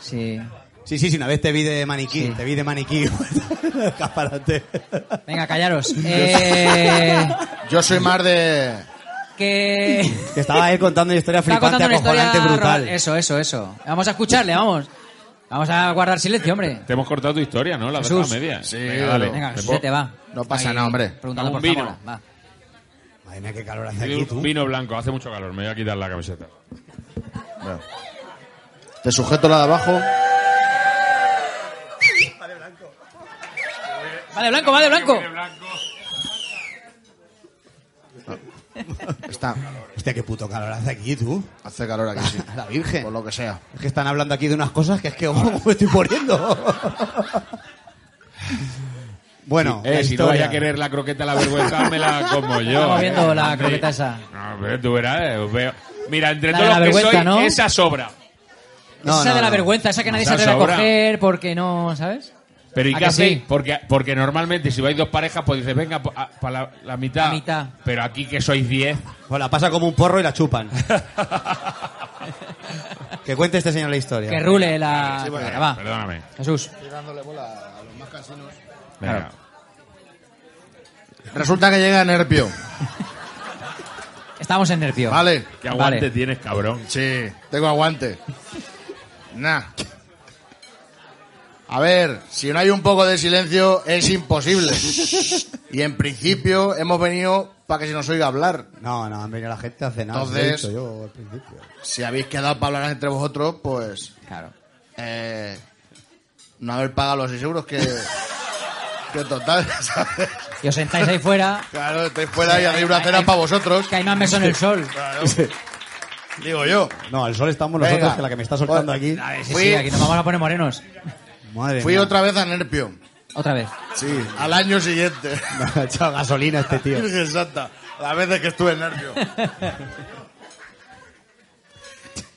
Speaker 2: Sí.
Speaker 4: Sí, sí, sí, una vez te vi de maniquí,
Speaker 2: Sí.
Speaker 4: te vi de maniquí. (laughs) Escaparate.
Speaker 2: Venga, callaros. Eh,
Speaker 3: Yo soy más de. (laughs)
Speaker 2: que...
Speaker 4: Que estaba él contando una historia
Speaker 2: Está
Speaker 4: flipante,
Speaker 2: contando una historia...
Speaker 4: acojonante, brutal.
Speaker 2: ro- Eso, eso, eso. Vamos a escucharle, vamos. Vamos a guardar silencio, hombre.
Speaker 1: Te hemos cortado tu historia, ¿no? La has
Speaker 2: Jesús.
Speaker 1: dejado a media.
Speaker 3: Sí,
Speaker 1: Venga, dale.
Speaker 3: claro.
Speaker 2: Venga,
Speaker 1: Me
Speaker 2: Jesús,
Speaker 1: pongo-
Speaker 2: te va.
Speaker 3: No pasa nada, hombre.
Speaker 2: Preguntando
Speaker 1: Un
Speaker 2: por
Speaker 1: vino.
Speaker 2: Zamora, va.
Speaker 4: Madre mía, qué calor hace
Speaker 1: Pido
Speaker 4: aquí,
Speaker 1: un
Speaker 4: tú.
Speaker 1: Vino blanco, hace mucho calor, me voy a quitar la camiseta.
Speaker 3: Te sujeto la de abajo.
Speaker 2: Va de blanco, va de blanco.
Speaker 3: Está.
Speaker 4: Hostia, qué puto calor hace aquí, tú.
Speaker 3: Hace calor aquí, (laughs) sí.
Speaker 4: La Virgen.
Speaker 3: Por lo que sea.
Speaker 4: Es que están hablando aquí de unas cosas que es que ojo, me estoy poniendo. bueno, la
Speaker 1: Eh, si no
Speaker 4: historia.
Speaker 1: vaya a querer la croqueta a la vergüenza, me la como yo.
Speaker 2: Estamos
Speaker 1: eh,
Speaker 2: viendo la
Speaker 1: Andri.
Speaker 2: croqueta esa.
Speaker 1: No, pero tú verás, eh, os veo. Mira, entre
Speaker 2: La de
Speaker 1: todos
Speaker 2: la
Speaker 1: los que
Speaker 2: vergüenza,
Speaker 1: soy,
Speaker 2: ¿no?
Speaker 1: esa sobra.
Speaker 4: No,
Speaker 2: esa
Speaker 4: no,
Speaker 2: de la
Speaker 4: no.
Speaker 2: vergüenza, esa que nadie se
Speaker 1: Esa
Speaker 2: atreve a
Speaker 1: sobra.
Speaker 2: coger porque no, ¿sabes?
Speaker 1: Pero ¿y
Speaker 2: ¿A
Speaker 1: qué
Speaker 2: que
Speaker 1: hacéis?
Speaker 2: sí?
Speaker 1: Porque, porque normalmente si vais dos parejas, pues dices, venga, para la, la mitad.
Speaker 2: La mitad.
Speaker 1: Pero aquí que sois
Speaker 2: (laughs)
Speaker 1: diez.
Speaker 4: Pues la pasa como un porro y
Speaker 3: (laughs)
Speaker 4: la chupan. que cuente este señor la historia.
Speaker 2: Que rule la...
Speaker 3: Sí, bueno,
Speaker 2: Venga, va.
Speaker 1: Perdóname.
Speaker 2: Jesús.
Speaker 3: Estoy dándole bola a los más casinos.
Speaker 1: Venga.
Speaker 3: Resulta que llega Nerpio.
Speaker 2: Estamos en nervio.
Speaker 3: Vale.
Speaker 1: Qué aguante
Speaker 2: Vale.
Speaker 1: tienes, cabrón.
Speaker 3: Sí, tengo aguante. Nah. A ver, si no hay un poco de silencio es imposible. Y en principio hemos venido para que se nos oiga hablar.
Speaker 4: No, no, han venido la gente a cenar.
Speaker 3: Entonces-
Speaker 4: lo he dicho yo al principio.
Speaker 3: Si habéis quedado para hablar entre vosotros, pues
Speaker 2: Claro.
Speaker 3: eh, no haber pagado los 6 euros que, que total. (laughs) ¿sabes?
Speaker 2: Y os sentáis ahí fuera,
Speaker 3: Claro, estoy fuera y hacéis una cena para vosotros.
Speaker 2: que hay más beso en el sol.
Speaker 3: Claro. Digo yo.
Speaker 4: No, al sol estamos nosotros,
Speaker 3: Venga.
Speaker 4: que la que me está soltando
Speaker 3: Joder.
Speaker 4: aquí.
Speaker 2: Sí, sí,
Speaker 3: Fui-
Speaker 2: aquí nos vamos a poner morenos.
Speaker 4: Madre
Speaker 3: Fui
Speaker 4: mía.
Speaker 3: otra vez a Nerpio.
Speaker 2: Otra vez.
Speaker 3: Sí. Al año siguiente.
Speaker 4: (laughs) Me ha echado gasolina
Speaker 3: (laughs)
Speaker 4: este tío.
Speaker 3: Virgen Santa, las veces que estuve en nervio.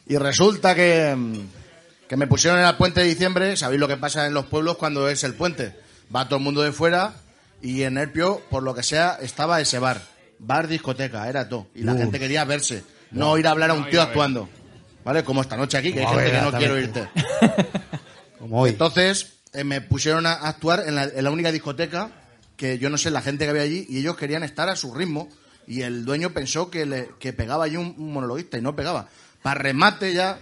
Speaker 3: y resulta que, mm, que me pusieron en el puente de diciembre. Sabéis lo que pasa en los pueblos cuando es el puente. Va todo el mundo de fuera y en Nerpio, por lo que sea, estaba ese bar. Bar, discoteca, era todo. Y la
Speaker 4: Uh.
Speaker 3: gente quería verse, no ir a hablar a un tío actuando. ¿Vale? Como esta noche aquí, que hay
Speaker 4: Como
Speaker 3: gente que
Speaker 4: ver,
Speaker 3: no quiero
Speaker 4: exactamente.
Speaker 3: irte.
Speaker 4: Como hoy.
Speaker 3: Entonces eh, me pusieron a actuar en la, en la única discoteca que yo no sé, la gente que había allí, y ellos querían estar a su ritmo. Y el dueño pensó que, le- que pegaba allí un, un monologuista y no pegaba. Para remate ya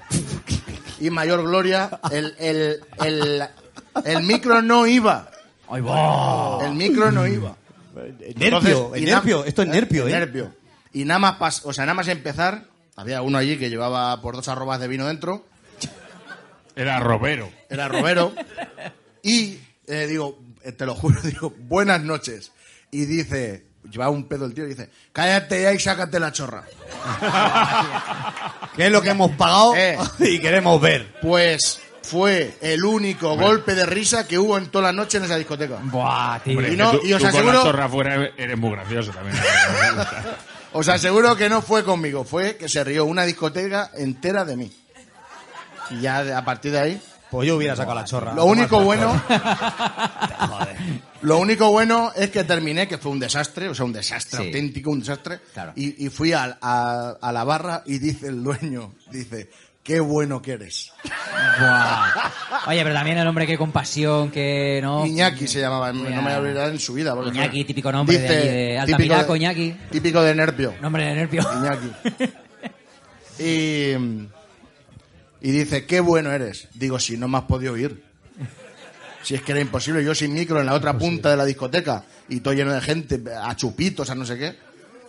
Speaker 3: y mayor gloria, el, el, el, el micro no iba.
Speaker 2: ¡Ay, va!
Speaker 3: El micro no iba.
Speaker 4: Eh, nervio,
Speaker 3: Entonces, y
Speaker 4: el
Speaker 3: na-
Speaker 4: nervio. Esto es nervio, ¿eh?
Speaker 3: Nervio. Y nada más, pas- o sea, nada más empezar, había uno allí que llevaba por dos arrobas de vino dentro.
Speaker 1: Era Robero.
Speaker 3: era Romero. Y eh, digo, eh, te lo juro, (laughs) digo, buenas noches. Y dice, lleva un pedo el tío y dice, cállate ya y sácate la chorra.
Speaker 4: Que es lo que hemos pagado
Speaker 3: Eh.
Speaker 4: (laughs) y queremos ver.
Speaker 3: Pues fue el único golpe de risa que hubo en toda la noche en esa discoteca.
Speaker 2: Buah, tío.
Speaker 1: Hombre,
Speaker 3: Y
Speaker 1: es
Speaker 3: no-
Speaker 1: que tú,
Speaker 3: y os
Speaker 1: tú con
Speaker 3: aseguro-
Speaker 1: la zorra fuera eres muy gracioso también.
Speaker 3: Os aseguro que no fue conmigo, fue que se rió una discoteca entera de mí. Y ya de- a partir de ahí.
Speaker 4: Pues yo hubiera sacado la
Speaker 2: Ah,
Speaker 4: chorra.
Speaker 3: Lo único bueno,
Speaker 4: Joder.
Speaker 3: (laughs) lo único bueno es que terminé, que fue un desastre, o sea, un desastre
Speaker 2: Sí.
Speaker 3: auténtico, un desastre.
Speaker 2: Claro.
Speaker 3: Y, y fui al- a, a la barra y dice el dueño, dice, qué bueno que eres.
Speaker 2: Buah. Oye, pero también el hombre que compasión, que no.
Speaker 3: Iñaki se llamaba, no me voy a olvidar en su vida. porque
Speaker 2: Oh. Iñaki,
Speaker 3: fue-
Speaker 2: típico nombre de allí, de Altamira,
Speaker 3: de-
Speaker 2: Iñaki.
Speaker 3: Típico de Nerpio.
Speaker 2: Nombre de nervio.
Speaker 3: Iñaki. Y, y dice, qué bueno eres. Digo, si no me has podido ir. Si es que era imposible, yo sin micro en la otra punta de la discoteca y todo lleno de gente, a chupitos, a no sé qué.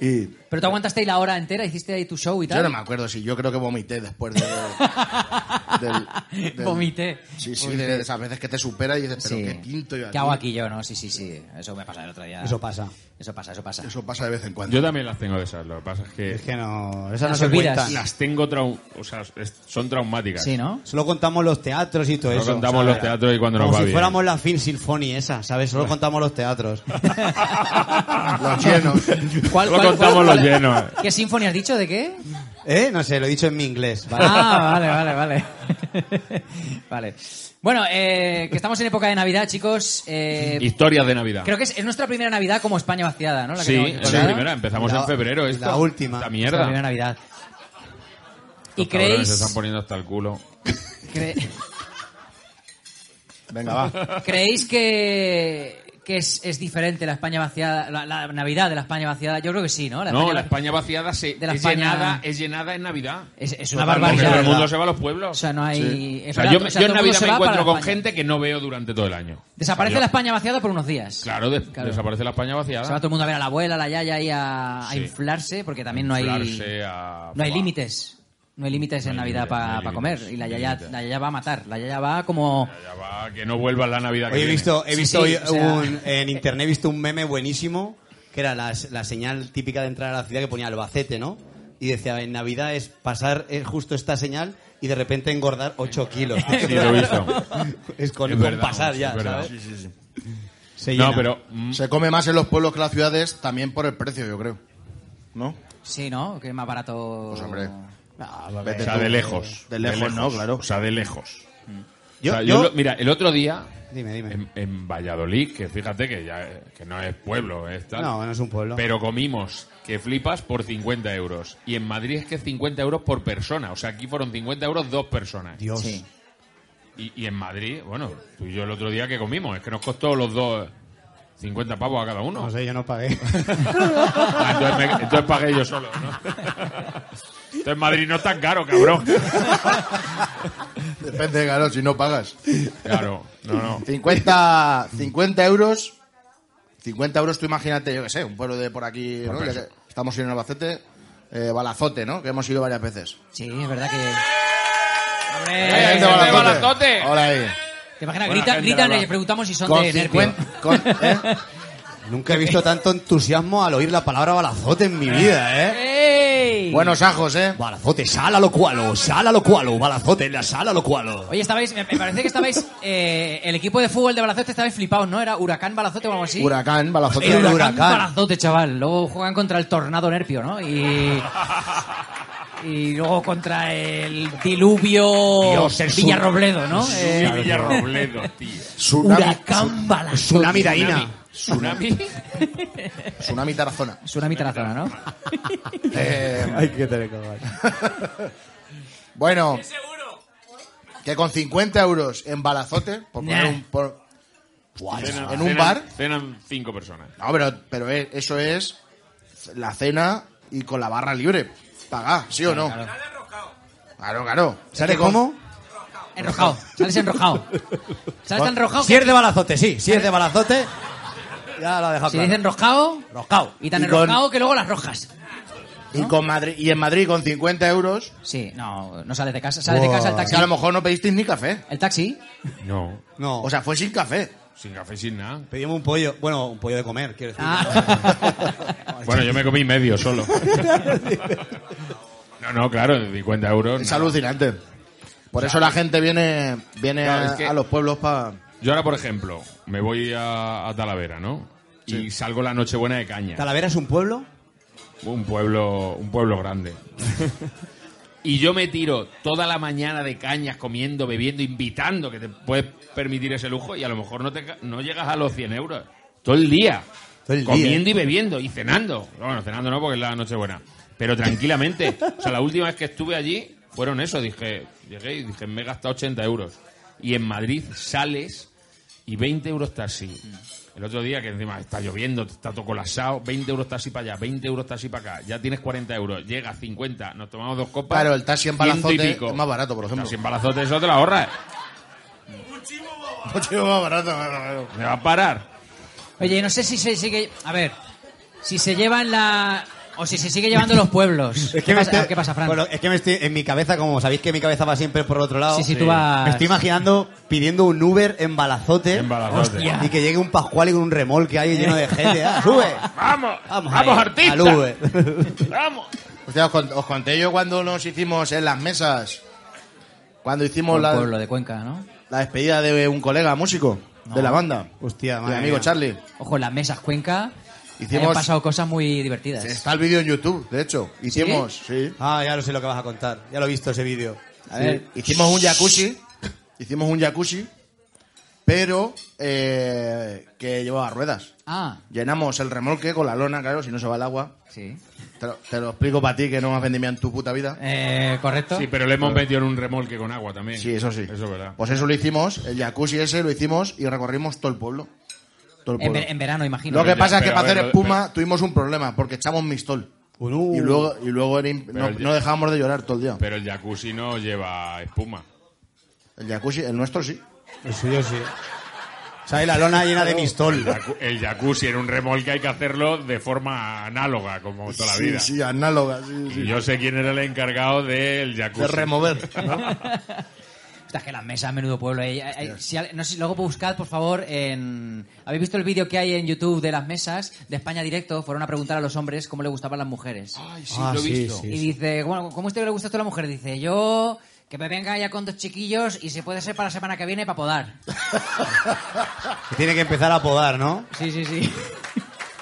Speaker 3: Y
Speaker 2: (laughs) Pero tú aguantaste ahí la hora entera, hiciste ahí tu show y
Speaker 3: yo no
Speaker 2: tal.
Speaker 3: me acuerdo si yo creo que vomité después de.
Speaker 2: (laughs)
Speaker 3: del- del-
Speaker 2: Vomité.
Speaker 3: Sí, sí,
Speaker 2: Vomité.
Speaker 3: de, de esas veces que te supera y dices, pero
Speaker 2: Sí.
Speaker 3: qué quinto yo
Speaker 2: ¿Qué hago aquí yo? No, sí, sí, sí. Eso me pasa el otro día.
Speaker 4: Eso pasa.
Speaker 2: Eso pasa, eso pasa.
Speaker 3: Eso pasa de vez en cuando.
Speaker 1: Yo también las tengo de esas, lo que pasa es que
Speaker 4: Es que no, esas no
Speaker 2: Las
Speaker 4: se
Speaker 2: olvidas.
Speaker 4: cuentan.
Speaker 1: las tengo trau- o sea, es- son traumáticas.
Speaker 2: Sí, ¿no?
Speaker 4: Solo contamos los teatros y todo
Speaker 1: Solo
Speaker 4: eso.
Speaker 1: contamos los teatros y cuando nos
Speaker 4: Como
Speaker 1: va
Speaker 4: si
Speaker 1: bien. Ah.
Speaker 4: fuéramos la Film Sinfoni esa, ¿sabes? Solo contamos los teatros.
Speaker 1: (laughs)
Speaker 3: Los llenos.
Speaker 2: ¿Cuál,
Speaker 1: Lo contamos los llenos.
Speaker 2: ¿Qué sinfonía has dicho? ¿De qué?
Speaker 4: ¿Eh? No sé, lo he dicho en mi inglés. ¿vale?
Speaker 2: Ah, vale, vale, vale. (laughs) vale. Bueno, eh, que estamos en época de Navidad, chicos. Eh,
Speaker 1: Historias de Navidad.
Speaker 2: creo que es, es nuestra primera Navidad como España vaciada, ¿no? La que
Speaker 1: sí,
Speaker 2: tenemos
Speaker 1: es
Speaker 2: colgada.
Speaker 1: la primera, empezamos
Speaker 4: La-
Speaker 1: en febrero. Esto,
Speaker 4: la última.
Speaker 1: Esta
Speaker 2: Nuestra primera
Speaker 1: mierda.
Speaker 2: Navidad. ¿Y
Speaker 1: Los cabrones Se
Speaker 2: creéis,
Speaker 1: están poniendo hasta el culo.
Speaker 2: cre-
Speaker 3: Venga, va.
Speaker 2: creéis que, que es, es diferente la España vaciada, la, la Navidad de la España vaciada? Yo creo que sí, ¿no? La
Speaker 1: No,
Speaker 2: España
Speaker 1: la
Speaker 2: vac-
Speaker 1: España vaciada se,
Speaker 2: de la
Speaker 1: es,
Speaker 2: España-
Speaker 1: llenada, es llenada en Navidad.
Speaker 2: Es, es una
Speaker 4: Totalmente,
Speaker 1: Porque todo
Speaker 4: ya,
Speaker 1: el
Speaker 4: verdad.
Speaker 2: barbaridad.
Speaker 1: mundo se va a los pueblos.
Speaker 2: O sea, no hay...
Speaker 1: O
Speaker 2: es
Speaker 1: sea,
Speaker 2: verdad,
Speaker 1: yo,
Speaker 2: o sea,
Speaker 1: yo
Speaker 2: todo
Speaker 1: en
Speaker 2: el mundo
Speaker 1: Navidad
Speaker 2: se
Speaker 1: me
Speaker 2: va para
Speaker 1: encuentro con
Speaker 2: España.
Speaker 1: gente que no veo durante todo el año.
Speaker 2: Desaparece
Speaker 1: O sea, yo-
Speaker 2: la España vaciada por unos días.
Speaker 1: Claro, de- desaparece la España
Speaker 2: Se va
Speaker 1: vaciada.
Speaker 2: todo el mundo a ver a la abuela, a la yaya ahí a, a
Speaker 1: Sí.
Speaker 2: inflarse, porque también no hay,
Speaker 1: Inflarse a-
Speaker 2: no hay
Speaker 1: Buah.
Speaker 2: límites. No hay límites
Speaker 1: No
Speaker 2: en
Speaker 1: hay
Speaker 2: Navidad
Speaker 1: límites, no
Speaker 2: para
Speaker 1: hay
Speaker 2: comer.
Speaker 1: límites,
Speaker 2: Y
Speaker 1: no
Speaker 2: la
Speaker 1: hay
Speaker 2: yaya,
Speaker 1: límites.
Speaker 2: la yaya va a matar. La yaya va como...
Speaker 1: Ya va, que no vuelva la Navidad que
Speaker 4: Hoy he
Speaker 1: viene.
Speaker 4: visto, he
Speaker 2: Sí,
Speaker 4: visto
Speaker 2: sí,
Speaker 4: hoy
Speaker 2: o sea-
Speaker 4: un- en internet he visto un meme buenísimo que era la, la señal típica de entrar a la ciudad que ponía Albacete, ¿no? Y decía, en Navidad es pasar eh, justo esta señal y de repente engordar 8 kilos.
Speaker 1: Sí, lo he visto.
Speaker 4: (laughs) es con,
Speaker 1: Es
Speaker 4: con
Speaker 1: verdad,
Speaker 4: pasar ya,
Speaker 1: es verdad.
Speaker 4: ¿sabes?
Speaker 1: Sí,
Speaker 4: Se
Speaker 1: No,
Speaker 4: llena.
Speaker 1: pero mm,
Speaker 3: Se come más en los pueblos que en las ciudades, también por el precio, yo creo. ¿No?
Speaker 2: Sí, ¿no? Que es más barato...
Speaker 3: Pues hombre.
Speaker 4: Ah, vale.
Speaker 3: Vete
Speaker 1: o sea,
Speaker 3: tú.
Speaker 1: de lejos.
Speaker 3: De lejos, no, claro.
Speaker 1: O sea, de lejos.
Speaker 4: Mm. Yo-
Speaker 1: O sea, yo
Speaker 4: yo-
Speaker 1: lo- mira, el otro día,
Speaker 4: Dime, dime.
Speaker 1: En, en Valladolid, que fíjate que ya que no es pueblo, es tal,
Speaker 4: No, no es un pueblo.
Speaker 1: pero comimos que flipas por 50 euros. Y en Madrid es que es 50 euros por persona. O sea, aquí fueron 50 euros dos personas.
Speaker 4: Dios.
Speaker 2: Sí.
Speaker 1: Y, y en Madrid, bueno, tú y yo el otro día que comimos, es que nos costó los dos 50 pavos a cada uno.
Speaker 4: No sé, yo no pagué.
Speaker 1: (laughs) Ah, entonces, me- entonces pagué yo solo, ¿no? (laughs) Entonces Madrid no es tan caro,
Speaker 4: (laughs)
Speaker 1: cabrón.
Speaker 3: Depende, claro, si no pagas.
Speaker 1: Claro, no, no.
Speaker 3: 50, 50 euros. 50 euros, tú imagínate, yo qué sé, un pueblo de por aquí, ¿no?
Speaker 1: Por
Speaker 3: Ya
Speaker 1: peso.
Speaker 3: que estamos en Albacete, eh, Balazote, ¿no? Que hemos ido varias veces.
Speaker 2: Sí, es verdad que...
Speaker 1: Eh,
Speaker 2: ¡Hombre!
Speaker 1: gente de Balazote.
Speaker 3: Hola ahí.
Speaker 2: ¿Te imaginas?
Speaker 1: Buena
Speaker 2: Gritan,
Speaker 1: gente, la
Speaker 2: gritan y
Speaker 1: verdad.
Speaker 2: les preguntamos si son
Speaker 3: Con
Speaker 2: de nervio.
Speaker 3: 50 con- ¿eh?
Speaker 4: (laughs) Nunca he visto tanto entusiasmo al oír la palabra balazote en mi vida, ¿eh?
Speaker 2: ¡Ey!
Speaker 3: Buenos ajos, ¿eh?
Speaker 4: Balazote, sala lo cualo, sala lo cualo, balazote, la sala lo cualo.
Speaker 2: Oye, estabais, me me parece que estabais, eh, el equipo de fútbol de Balazote estabais flipados, ¿no? Era Huracán Balazote o algo así.
Speaker 3: Huracán, Balazote.
Speaker 2: El Eh, huracán,
Speaker 4: Huracán.
Speaker 2: Balazote, chaval. Luego juegan contra el Tornado Nerpio, ¿no? Y. Y luego contra el Diluvio
Speaker 4: Dios, el sur-
Speaker 2: Villarrobledo, ¿no?
Speaker 1: Sí,
Speaker 2: Eh,
Speaker 1: Villarrobledo, tío.
Speaker 3: Tsunami,
Speaker 2: huracán Balazote.
Speaker 4: Tsunami de Aina.
Speaker 1: Tsunami.
Speaker 3: tsunami Tarazona.
Speaker 2: Tsunami Tarazona, ¿no?
Speaker 3: Eh,
Speaker 4: Hay que tener cojones.
Speaker 3: (laughs) Bueno, que con 50 euros en balazote, por poner
Speaker 2: Nah.
Speaker 3: un. por-
Speaker 1: Cenan-
Speaker 3: Pues, en un
Speaker 1: cenan-
Speaker 3: bar.
Speaker 1: Cenan cinco personas.
Speaker 3: No, pero, pero e- eso es la cena y con la barra libre. Pagá, ¿sí o no? Claro, claro.
Speaker 4: ¿Sabes
Speaker 3: Es que con-
Speaker 4: cómo?
Speaker 2: Enrojado. Sales enrojado. ¿Sales tan enrojado?
Speaker 4: Si es de balazote, sí, si es de balazote, ya lo ha dejado
Speaker 2: Si
Speaker 4: claro.
Speaker 2: dicen enrojado,
Speaker 4: Roscao.
Speaker 2: y tan
Speaker 3: Y con-
Speaker 2: enrojado que luego las rojas.
Speaker 3: Y, con Madrid, y en Madrid con 50 euros.
Speaker 2: Sí, no, no sales de casa. Sales de casa el
Speaker 3: Es que
Speaker 2: taxi.
Speaker 3: a lo mejor no pedisteis ni café.
Speaker 2: El taxi.
Speaker 1: No.
Speaker 4: No,
Speaker 3: O sea, fue sin café.
Speaker 1: Sin café, sin nada.
Speaker 4: pedimos un pollo, bueno, un pollo de comer, quiero decir.
Speaker 2: Ah.
Speaker 3: Pues
Speaker 1: Bueno, yo me comí medio
Speaker 3: (laughs)
Speaker 1: solo. No, no, claro, de 50 euros.
Speaker 3: Es
Speaker 1: nada.
Speaker 3: alucinante. Por eso la gente viene, viene
Speaker 1: Claro, es
Speaker 3: a,
Speaker 1: que-
Speaker 3: a los pueblos para.
Speaker 1: Yo ahora, por ejemplo, me voy a, a Talavera, ¿no? Y salgo la Nochebuena de Caña.
Speaker 4: (laughs) ¿Talavera es un pueblo?
Speaker 1: Un pueblo, un pueblo grande. y yo me tiro toda la mañana de cañas comiendo, bebiendo, invitando, que te puedes permitir ese lujo y a lo mejor no, te, ca- no llegas a los 100 euros. Todo el día.
Speaker 4: Todo el día.
Speaker 1: comiendo y bebiendo y cenando. Bueno, cenando no porque es la noche buena. Pero
Speaker 4: (laughs)
Speaker 1: tranquilamente. o sea, la última vez que estuve allí fueron eso. Dije, llegué y dije, me he gastado 80 euros. Y en Madrid sales y 20 euros taxi.
Speaker 4: Mm.
Speaker 1: El otro día que encima está lloviendo, está todo colasado, 20 euros taxi para allá, 20 euros taxi para acá, ya tienes 40 euros, llega 50, nos tomamos dos copas.
Speaker 3: Claro, el taxi en
Speaker 1: ciento y
Speaker 3: Balazote
Speaker 1: pico.
Speaker 3: es más barato, por ejemplo.
Speaker 1: Taxi en Balazote eso te lo ahorras, me va a parar.
Speaker 2: Oye, no sé si se sigue. A ver, si se llevan la. O si se sigue llevando los
Speaker 3: (laughs)
Speaker 2: pueblos. ¿Qué,
Speaker 4: me
Speaker 2: pasa,
Speaker 4: estoy-
Speaker 2: ¿qué pasa, Fran?
Speaker 4: Bueno, es que me estoy, en mi cabeza, como sabéis que mi cabeza va siempre por el otro lado.
Speaker 2: Sí, sí, tú vas-
Speaker 4: Me estoy imaginando pidiendo un Uber en
Speaker 3: ¿Eh?
Speaker 4: Balazote.
Speaker 1: En Balazote.
Speaker 2: Hostia.
Speaker 4: Y que llegue un Pascual y con un
Speaker 2: (laughs)
Speaker 4: remolque ahí lleno de gente. ¡Ah, ¡Sube!
Speaker 1: ¡Vamos! ¡Vamos,
Speaker 4: ahí,
Speaker 1: artista!
Speaker 4: Al (laughs) Uber.
Speaker 1: ¡Vamos!
Speaker 3: Hostia, os, cont- os conté yo cuando nos hicimos en las mesas. Cuando hicimos
Speaker 2: Un
Speaker 3: la,
Speaker 2: pueblo de Cuenca, ¿no?
Speaker 3: la despedida de un colega músico de la banda.
Speaker 4: Hostia,
Speaker 3: Mi
Speaker 4: madre
Speaker 3: amigo
Speaker 4: mía.
Speaker 3: Charlie.
Speaker 2: Ojo, en las mesas Cuenca eh,
Speaker 3: Hicimos-
Speaker 2: han pasado cosas muy divertidas.
Speaker 3: Está el vídeo en YouTube, de hecho. Hicimos, sí.
Speaker 4: Ah, ya lo sé lo que vas a contar. Ya lo he visto ese vídeo.
Speaker 3: A ver, hicimos
Speaker 1: (laughs)
Speaker 3: un jacuzzi, hicimos un jacuzzi, pero eh, que llevaba ruedas.
Speaker 2: Ah,
Speaker 3: Llenamos el remolque con la lona, claro, si no se va el agua.
Speaker 2: sí.
Speaker 3: Te lo, te lo explico para ti que no me has vendimiado en tu puta vida.
Speaker 2: Eh, ¿Correcto?
Speaker 1: Sí, pero le hemos metido en un remolque con agua también.
Speaker 3: Sí, eso sí.
Speaker 1: Eso es verdad.
Speaker 3: Pues eso lo hicimos, el jacuzzi ese lo hicimos y recorrimos todo el pueblo. Todo el
Speaker 1: Eh,
Speaker 2: en,
Speaker 3: pueblo.
Speaker 2: ver- en verano, imagino.
Speaker 3: Lo que
Speaker 1: Pero ya,
Speaker 3: pasa es que
Speaker 1: pero
Speaker 3: para
Speaker 1: a ver,
Speaker 3: hacer
Speaker 1: lo-
Speaker 3: espuma tuvimos un problema porque echamos mistol.
Speaker 4: Uh.
Speaker 3: Y luego, y luego era imp- no,
Speaker 1: el-
Speaker 3: no dejábamos de llorar todo el día.
Speaker 1: Pero el jacuzzi no lleva espuma.
Speaker 3: El jacuzzi, el nuestro sí.
Speaker 4: El suyo sí. ¿Sabes? La lona llena de
Speaker 1: El,
Speaker 4: mistol.
Speaker 1: jacu- el jacuzzi en un remolque hay que hacerlo de forma análoga, como toda la
Speaker 3: sí,
Speaker 1: vida.
Speaker 3: sí, análoga, sí, sí.
Speaker 1: Y yo sé quién era el encargado del jacuzzi.
Speaker 3: De remover.
Speaker 2: Ostras, que las mesas, menudo pueblo. eh. Hay- hay- si al- no sé, luego buscad, por favor, en... ¿Habéis visto el vídeo que hay en YouTube de las mesas de España Directo? Fueron a preguntar a los hombres cómo le gustaban las mujeres.
Speaker 1: Ay,
Speaker 4: Ah, sí, sí.
Speaker 2: y dice, bueno, ¿cómo a usted le gusta esto a la mujer? Dice, yo... Que me venga ya con dos chiquillos y se puede ser para la semana que viene para podar.
Speaker 4: Que Tiene que empezar a podar, ¿no?
Speaker 2: Sí, sí, sí.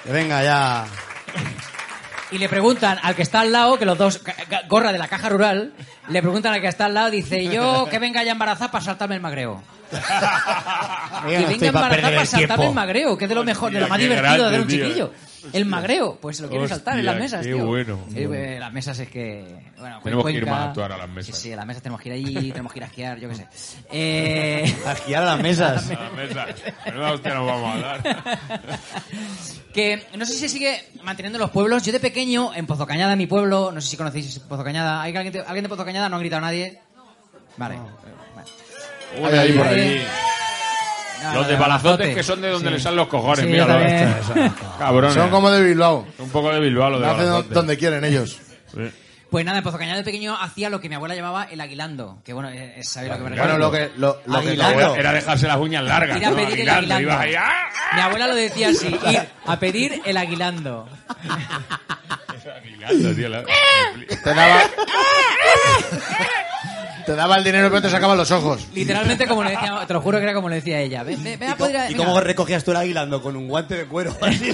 Speaker 4: Que Venga ya.
Speaker 2: (laughs) Y le preguntan al que está al lado, que los dos, ca- ca- gorra de la caja rural, le preguntan al que está al lado, dice,
Speaker 1: (laughs)
Speaker 2: yo que venga ya embarazada para saltarme el magreo.
Speaker 4: Yo
Speaker 2: que
Speaker 4: no
Speaker 2: venga
Speaker 4: estoy pa'
Speaker 2: embarazada
Speaker 4: perder
Speaker 2: para
Speaker 4: el tiempo.
Speaker 2: saltarme el magreo, que es de lo mejor, de lo
Speaker 1: Hostia,
Speaker 2: más
Speaker 1: qué
Speaker 2: divertido de
Speaker 1: grande,
Speaker 2: ver un
Speaker 1: tío.
Speaker 2: chiquillo. El magreo, pues se lo quiere
Speaker 1: Hostia,
Speaker 2: saltar en las mesas,
Speaker 1: qué
Speaker 2: tío.
Speaker 1: bueno.
Speaker 2: Sí, pues, las mesas es que. Bueno, pues,
Speaker 1: Tenemos que ir
Speaker 2: Cuenca-
Speaker 1: más a actuar a las mesas.
Speaker 2: Sí, sí, a las mesas tenemos que ir allí, tenemos que ir a esquiar, yo
Speaker 1: (laughs)
Speaker 2: qué sé. Eh.
Speaker 4: A girar a las mesas.
Speaker 1: A la mesa. Menuda hostia nos vamos a dar.
Speaker 2: Que no sé si se sigue manteniendo los pueblos. Yo de pequeño, en Pozocañada, mi pueblo, no sé si conocéis Pozocañada. ¿Hay alguien de, alguien de Pozocañada? ¿No ha gritado nadie? Vale. Vale.
Speaker 1: Uy, ahí por
Speaker 2: Ahí.
Speaker 1: allí.
Speaker 2: No,
Speaker 1: Los de Palazotes, que son de donde
Speaker 2: Sí.
Speaker 1: le salen los cojones,
Speaker 2: Sí,
Speaker 1: míralo.
Speaker 2: yo también.
Speaker 1: Cabrones.
Speaker 3: Son como de Bilbao.
Speaker 1: Un poco de Bilbao lo de
Speaker 3: Hacen
Speaker 1: Balazote.
Speaker 3: donde quieren ellos.
Speaker 1: Sí.
Speaker 2: (laughs) Pues nada, en Pozocañada de pequeño hacía lo que mi abuela llamaba el aguilando. Que bueno, eh, eh, sabéis a lo que me
Speaker 1: Claro,
Speaker 2: refiero.
Speaker 3: Bueno, lo que, lo, lo que
Speaker 4: Aguilar.
Speaker 1: Era- Era dejarse las uñas largas.
Speaker 2: Ir a
Speaker 1: ¿no?
Speaker 2: pedir el
Speaker 1: Aguilando,
Speaker 2: aguilando.
Speaker 1: ibas ahí, ¡ah!
Speaker 2: Mi abuela lo decía así, ir a pedir el aguilando.
Speaker 1: Aguilando, tío, la-
Speaker 3: te daba. te daba el dinero, pero te sacaban los ojos.
Speaker 2: Literalmente como le decía, te lo juro que era como le decía ella. Ve, ve- ve a poder-
Speaker 4: ¿Y
Speaker 2: (laughs) venga. (laughs)
Speaker 4: cómo recogías tú el aguilando? Con un guante de cuero. Así.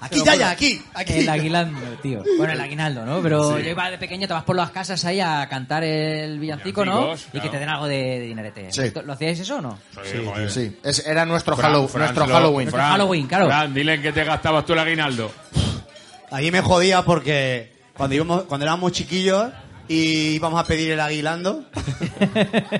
Speaker 4: aquí, ya, ya, aquí, aquí.
Speaker 2: El aguilando, tío. Bueno, el aguinaldo, ¿no? Pero yo iba de pequeño, te vas por las casas ahí a cantar el villancico, ¿no?
Speaker 1: Villancicos,
Speaker 2: Y que
Speaker 1: claro.
Speaker 2: te den algo de, de dinerete.
Speaker 3: Sí.
Speaker 2: ¿Lo hacíais eso o no?
Speaker 1: Sí, joder.
Speaker 3: Sí, es- era nuestro,
Speaker 1: Fran,
Speaker 3: Hallow-
Speaker 1: Fran,
Speaker 3: nuestro
Speaker 1: lo-
Speaker 3: Halloween.
Speaker 2: Fran. Halloween, claro.
Speaker 1: Fran, dile que te gastabas tú el aguinaldo.
Speaker 4: Allí me jodía porque cuando, íbamos, cuando éramos chiquillos y íbamos a pedir el aguilando,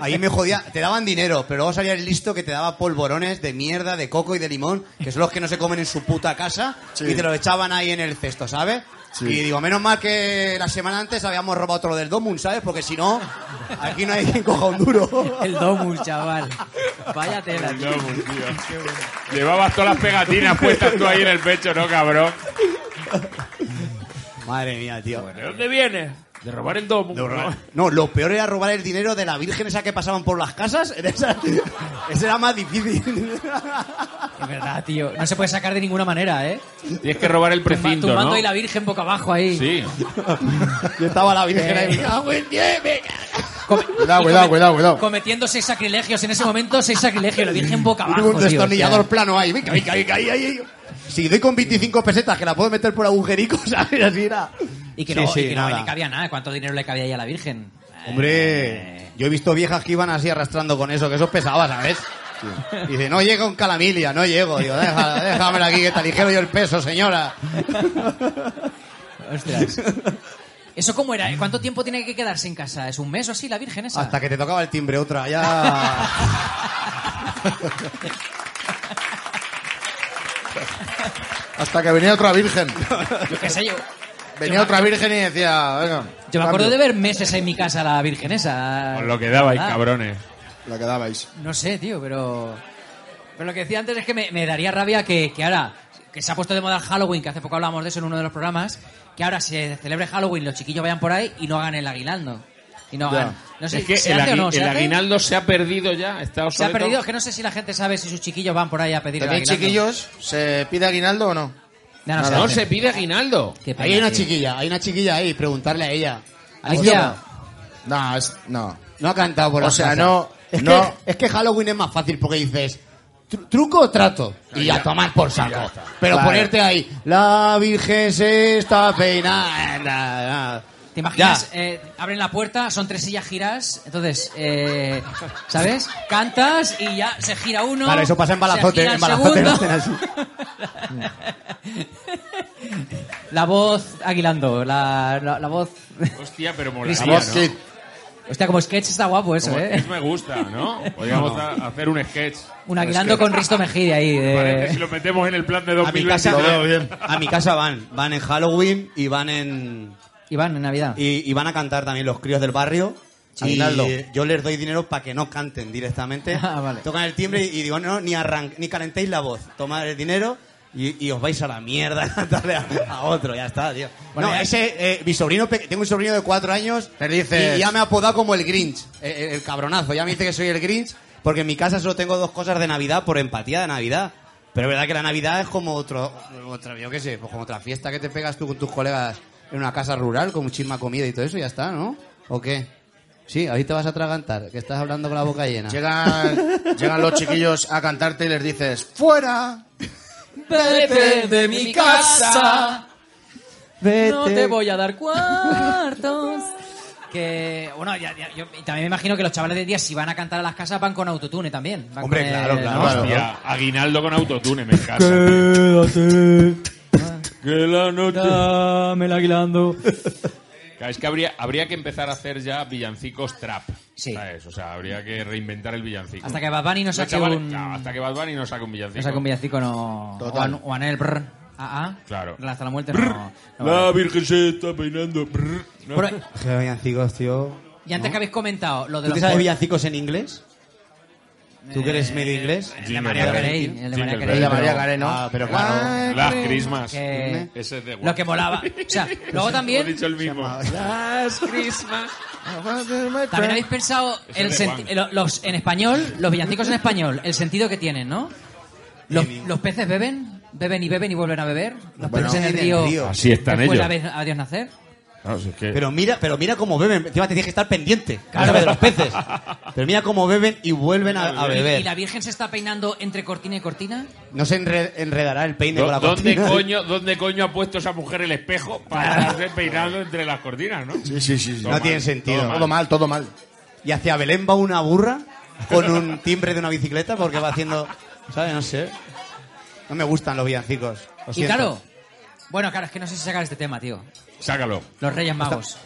Speaker 4: ahí me jodía. Te daban dinero, pero luego salía el listo que te daba polvorones de mierda, de coco y de limón, que son los que no se comen en su puta casa,
Speaker 3: Sí.
Speaker 4: y te los echaban ahí en el cesto, ¿sabes?
Speaker 3: Sí.
Speaker 4: Y digo, menos mal que la semana antes habíamos robado todo lo del Domun, ¿sabes? Porque si no, aquí no hay quien coja un duro.
Speaker 2: (laughs) El domus, chaval. Vaya tela,
Speaker 1: El
Speaker 2: tío.
Speaker 1: domus, tío. Llevabas todas las pegatinas puestas tú ahí en el pecho, ¿no, cabrón?
Speaker 4: Madre mía, tío.
Speaker 1: ¿De dónde vienes? De robar el domo.
Speaker 4: De robar- No, lo peor era robar el dinero de la virgen esa que pasaban por las casas. en esa- Ese era más difícil. (laughs)
Speaker 2: Es verdad, tío. No se puede sacar de ninguna manera, ¿eh?
Speaker 1: (laughs) Tienes que robar el
Speaker 2: Tumba-
Speaker 1: precinto,
Speaker 2: Tumbando
Speaker 1: ¿no?
Speaker 2: ahí la virgen boca abajo ahí.
Speaker 1: Sí.
Speaker 4: Yo estaba la virgen
Speaker 2: Eh.
Speaker 4: ahí. "Ah, me cago en diez, me (laughs)
Speaker 2: Come-
Speaker 3: Cuidado,
Speaker 2: y
Speaker 3: cuidado,
Speaker 2: come-
Speaker 3: cuidado, cuidado.
Speaker 2: Cometiendo seis sacrilegios en ese momento, seis sacrilegios. La virgen boca
Speaker 4: cago en
Speaker 2: abajo,
Speaker 4: Un
Speaker 2: tío,
Speaker 4: destornillador
Speaker 2: hostia.
Speaker 4: plano ahí. Venga, venga, venga, ahí, ahí, ahí. Si doy con 25 pesetas que la puedo meter por agujerico, (laughs) ¿sabes? Así era.
Speaker 2: Y que
Speaker 4: Sí,
Speaker 2: no,
Speaker 4: sí,
Speaker 2: y que no
Speaker 4: nada.
Speaker 2: le cabía nada. ¿Cuánto dinero le cabía ahí a la virgen? Eh,
Speaker 4: Hombre, yo he visto viejas que iban así arrastrando con eso, que eso pesaba, ¿sabes? Y dice, no llego un calamilia, no llego. Digo, déjame, déjamela aquí que te ligero yo el peso, señora.
Speaker 2: Ostras. ¿Eso cómo era? ¿Cuánto tiempo tiene que quedarse en casa? ¿Es un mes o así la virgen esa?
Speaker 4: Hasta que te tocaba el timbre otra, ya.
Speaker 3: Hasta que venía otra virgen.
Speaker 2: Yo qué sé yo.
Speaker 3: Venía otra virgen y decía, venga.
Speaker 2: Yo me acuerdo
Speaker 3: cambio.
Speaker 2: de ver meses en mi casa la virgen esa.
Speaker 1: Os lo que dabais,
Speaker 2: Ah,
Speaker 1: cabrones.
Speaker 3: La que dabais.
Speaker 2: No sé, tío, pero... Pero lo que decía antes es que me, me daría rabia que, que ahora... que que se ha puesto de moda el Halloween, que hace poco hablábamos de eso en uno de los programas, que ahora se celebre Halloween, los chiquillos vayan por ahí y no hagan el aguinaldo. Y no
Speaker 3: Ya.
Speaker 2: hagan. No sé,
Speaker 1: es que
Speaker 2: ¿se
Speaker 1: el,
Speaker 2: hace o
Speaker 1: agui-
Speaker 2: no? ¿Se
Speaker 1: el
Speaker 2: hace?
Speaker 1: aguinaldo se ha perdido ya. Está
Speaker 2: Se ha
Speaker 1: obsoleto.
Speaker 2: perdido, es que no sé si la gente sabe si sus chiquillos van por ahí a pedir el
Speaker 3: ¿Tenéis
Speaker 2: aguinaldo.
Speaker 3: chiquillos? ¿Se pide aguinaldo o no?
Speaker 2: Ya no,
Speaker 1: No
Speaker 2: hace.
Speaker 1: se pide aguinaldo.
Speaker 2: Qué pena,
Speaker 4: Ahí hay una
Speaker 2: tío.
Speaker 4: chiquilla, hay una chiquilla ahí, preguntarle a ella.
Speaker 2: Ay,
Speaker 4: Hostia,
Speaker 2: tía,
Speaker 3: No, es- no.
Speaker 4: No ha cantado por
Speaker 3: O
Speaker 4: las
Speaker 3: sea,
Speaker 4: plazas.
Speaker 3: no-
Speaker 4: Es,
Speaker 3: no-
Speaker 4: Que, es que Halloween es más fácil porque dices, "Tru- ¿truco o trato? Y a tomar por saco. Pero
Speaker 3: Claro.
Speaker 4: ponerte ahí, la virgen se está peinando.
Speaker 2: ¿Te imaginas?
Speaker 4: Ya.
Speaker 2: Eh, abren la puerta, son tres sillas giras, entonces, eh, ¿sabes? Cantas y ya se gira uno.
Speaker 4: Claro, eso pasa en
Speaker 2: se
Speaker 4: Balazote,
Speaker 2: gira el
Speaker 4: en Balazote lo
Speaker 2: segundo.
Speaker 4: hacen
Speaker 2: la voz aguilando, la, la, la voz...
Speaker 1: Hostia, pero
Speaker 3: La
Speaker 1: molaría,
Speaker 3: voz
Speaker 1: ¿no?
Speaker 3: Kid.
Speaker 2: Hostia, como sketch está guapo eso,
Speaker 1: Como-
Speaker 2: ¿eh?
Speaker 1: eso me gusta,
Speaker 2: (laughs)
Speaker 1: ¿no? Podríamos a- hacer un sketch.
Speaker 2: Un aguilando
Speaker 1: (laughs)
Speaker 2: con Risto Mejide ahí. de-
Speaker 1: Parece si lo metemos en el plan de
Speaker 4: A mi, casa,
Speaker 1: 2020.
Speaker 4: (laughs) a mi casa van, van en Halloween y van en
Speaker 2: Iván, en Navidad.
Speaker 4: y, y van a cantar también los críos del barrio. Y
Speaker 3: Aguinaldo.
Speaker 4: yo les doy dinero para que no canten directamente.
Speaker 2: (laughs) Ah, vale.
Speaker 4: Tocan el timbre y digo, no, ni arran ni calentéis la voz. Tomad el dinero y, y os vais a la mierda (laughs) a cantarle a, a otro. Ya está, tío.
Speaker 2: Bueno,
Speaker 4: no,
Speaker 2: ya-
Speaker 4: ese, eh, mi sobrino, pe- tengo un sobrino de cuatro años
Speaker 3: Pero dices-
Speaker 4: y ya me ha apodado como el Grinch, eh, eh, el, cabronazo. Ya me dice que soy el Grinch porque en mi casa solo tengo dos cosas de Navidad por empatía de Navidad. Pero es verdad que la Navidad es como otro, otra, yo qué sé, pues como otra fiesta que te pegas tú con tus colegas en una casa rural con muchísima comida y todo eso, y ya está, ¿no? ¿O qué? Sí, ahí te vas a atragantar, que estás hablando con la boca
Speaker 3: (laughs)
Speaker 4: llena.
Speaker 3: Llegan, llegan los chiquillos a cantarte y les dices, ¡fuera!
Speaker 2: Vete de mi casa. No
Speaker 4: Vete.
Speaker 2: te voy a dar cuartos. Que, bueno, ya- ya- yo y también me imagino que los chavales de día, si van a cantar a las casas, van con autotune también. Van
Speaker 4: Hombre,
Speaker 2: con,
Speaker 4: claro, claro.
Speaker 2: ¿no?
Speaker 1: Hostia, aguinaldo con autotune, me encanta. Que la noche...
Speaker 2: Dámela aguilando.
Speaker 1: Claro, Es que habría, habría que empezar a hacer ya villancicos trap.
Speaker 2: Sí.
Speaker 1: ¿sabes? O sea, habría que reinventar el villancico.
Speaker 2: Hasta que Bad Bunny no
Speaker 1: Los
Speaker 2: saque
Speaker 1: chavales-
Speaker 2: un-
Speaker 1: Claro, hasta que Bad Bunny no saque un villancico.
Speaker 2: No saca un villancico, no. O,
Speaker 3: Total.
Speaker 2: an- o Anel, brr. Ah, ah.
Speaker 1: Claro.
Speaker 2: Hasta la muerte, no. no
Speaker 1: La
Speaker 2: vale.
Speaker 1: virgen se está peinando. brr. No.
Speaker 4: (laughs)
Speaker 2: Pero-
Speaker 4: Qué villancicos, tío.
Speaker 2: y antes que habéis comentado lo de
Speaker 4: ¿Tú
Speaker 2: los.
Speaker 4: te sabes Eh, villancicos en inglés? ¿Tú que eres medio inglés?
Speaker 2: El de María
Speaker 1: Jingle
Speaker 2: Carey.
Speaker 1: Bell.
Speaker 2: El de
Speaker 1: Jingle
Speaker 2: María
Speaker 1: Bell.
Speaker 2: Carey.
Speaker 3: El de María
Speaker 2: pero-
Speaker 3: Carey, ¿no?
Speaker 4: Ah, pero claro.
Speaker 1: Las Christmas.
Speaker 2: que-
Speaker 1: Ese es de guapo.
Speaker 2: Lo que molaba. O
Speaker 1: (laughs)
Speaker 2: sea, luego también.
Speaker 1: Hemos dicho el mismo.
Speaker 2: Las Christmas. También habéis pensado
Speaker 1: Eso
Speaker 2: el
Speaker 1: es de
Speaker 2: senti-
Speaker 1: Juan.
Speaker 2: lo- los en español, los villancicos en español, el sentido que tienen, ¿no? Los, los peces beben, beben y beben y vuelven a beber. Los
Speaker 4: Bueno,
Speaker 2: peces en el
Speaker 4: en el
Speaker 2: río.
Speaker 4: río.
Speaker 1: Así están
Speaker 2: después
Speaker 1: ellos.
Speaker 2: de haber- adiós nacer.
Speaker 1: Claro, si es que-
Speaker 4: Pero mira, pero mira cómo beben. Encima te tienes que estar pendiente.
Speaker 2: Claro.
Speaker 4: Claro, de
Speaker 1: (laughs)
Speaker 4: los peces. Pero mira cómo beben y vuelven a, a
Speaker 2: Y- Y,
Speaker 4: beber.
Speaker 2: la Virgen se está peinando entre cortina y cortina.
Speaker 4: No se enre- enredará el peine con la
Speaker 1: ¿Dónde
Speaker 4: cortina.
Speaker 1: coño, ¿Dónde coño ha puesto esa mujer el espejo para estarse peinando entre las cortinas, no?
Speaker 3: Sí, sí, sí. sí.
Speaker 1: Todo
Speaker 4: No
Speaker 1: mal,
Speaker 4: tiene sentido.
Speaker 1: todo mal.
Speaker 3: Todo mal, todo mal.
Speaker 4: (laughs) Y hacia Belén va una burra con un timbre de una bicicleta porque va haciendo... ¿Sabes? No sé. No me gustan los villancicos. lo
Speaker 2: y
Speaker 4: siento.
Speaker 2: claro, bueno, claro, es que no sé si sacar este tema, tío.
Speaker 1: Sácalo.
Speaker 2: Los Reyes Magos.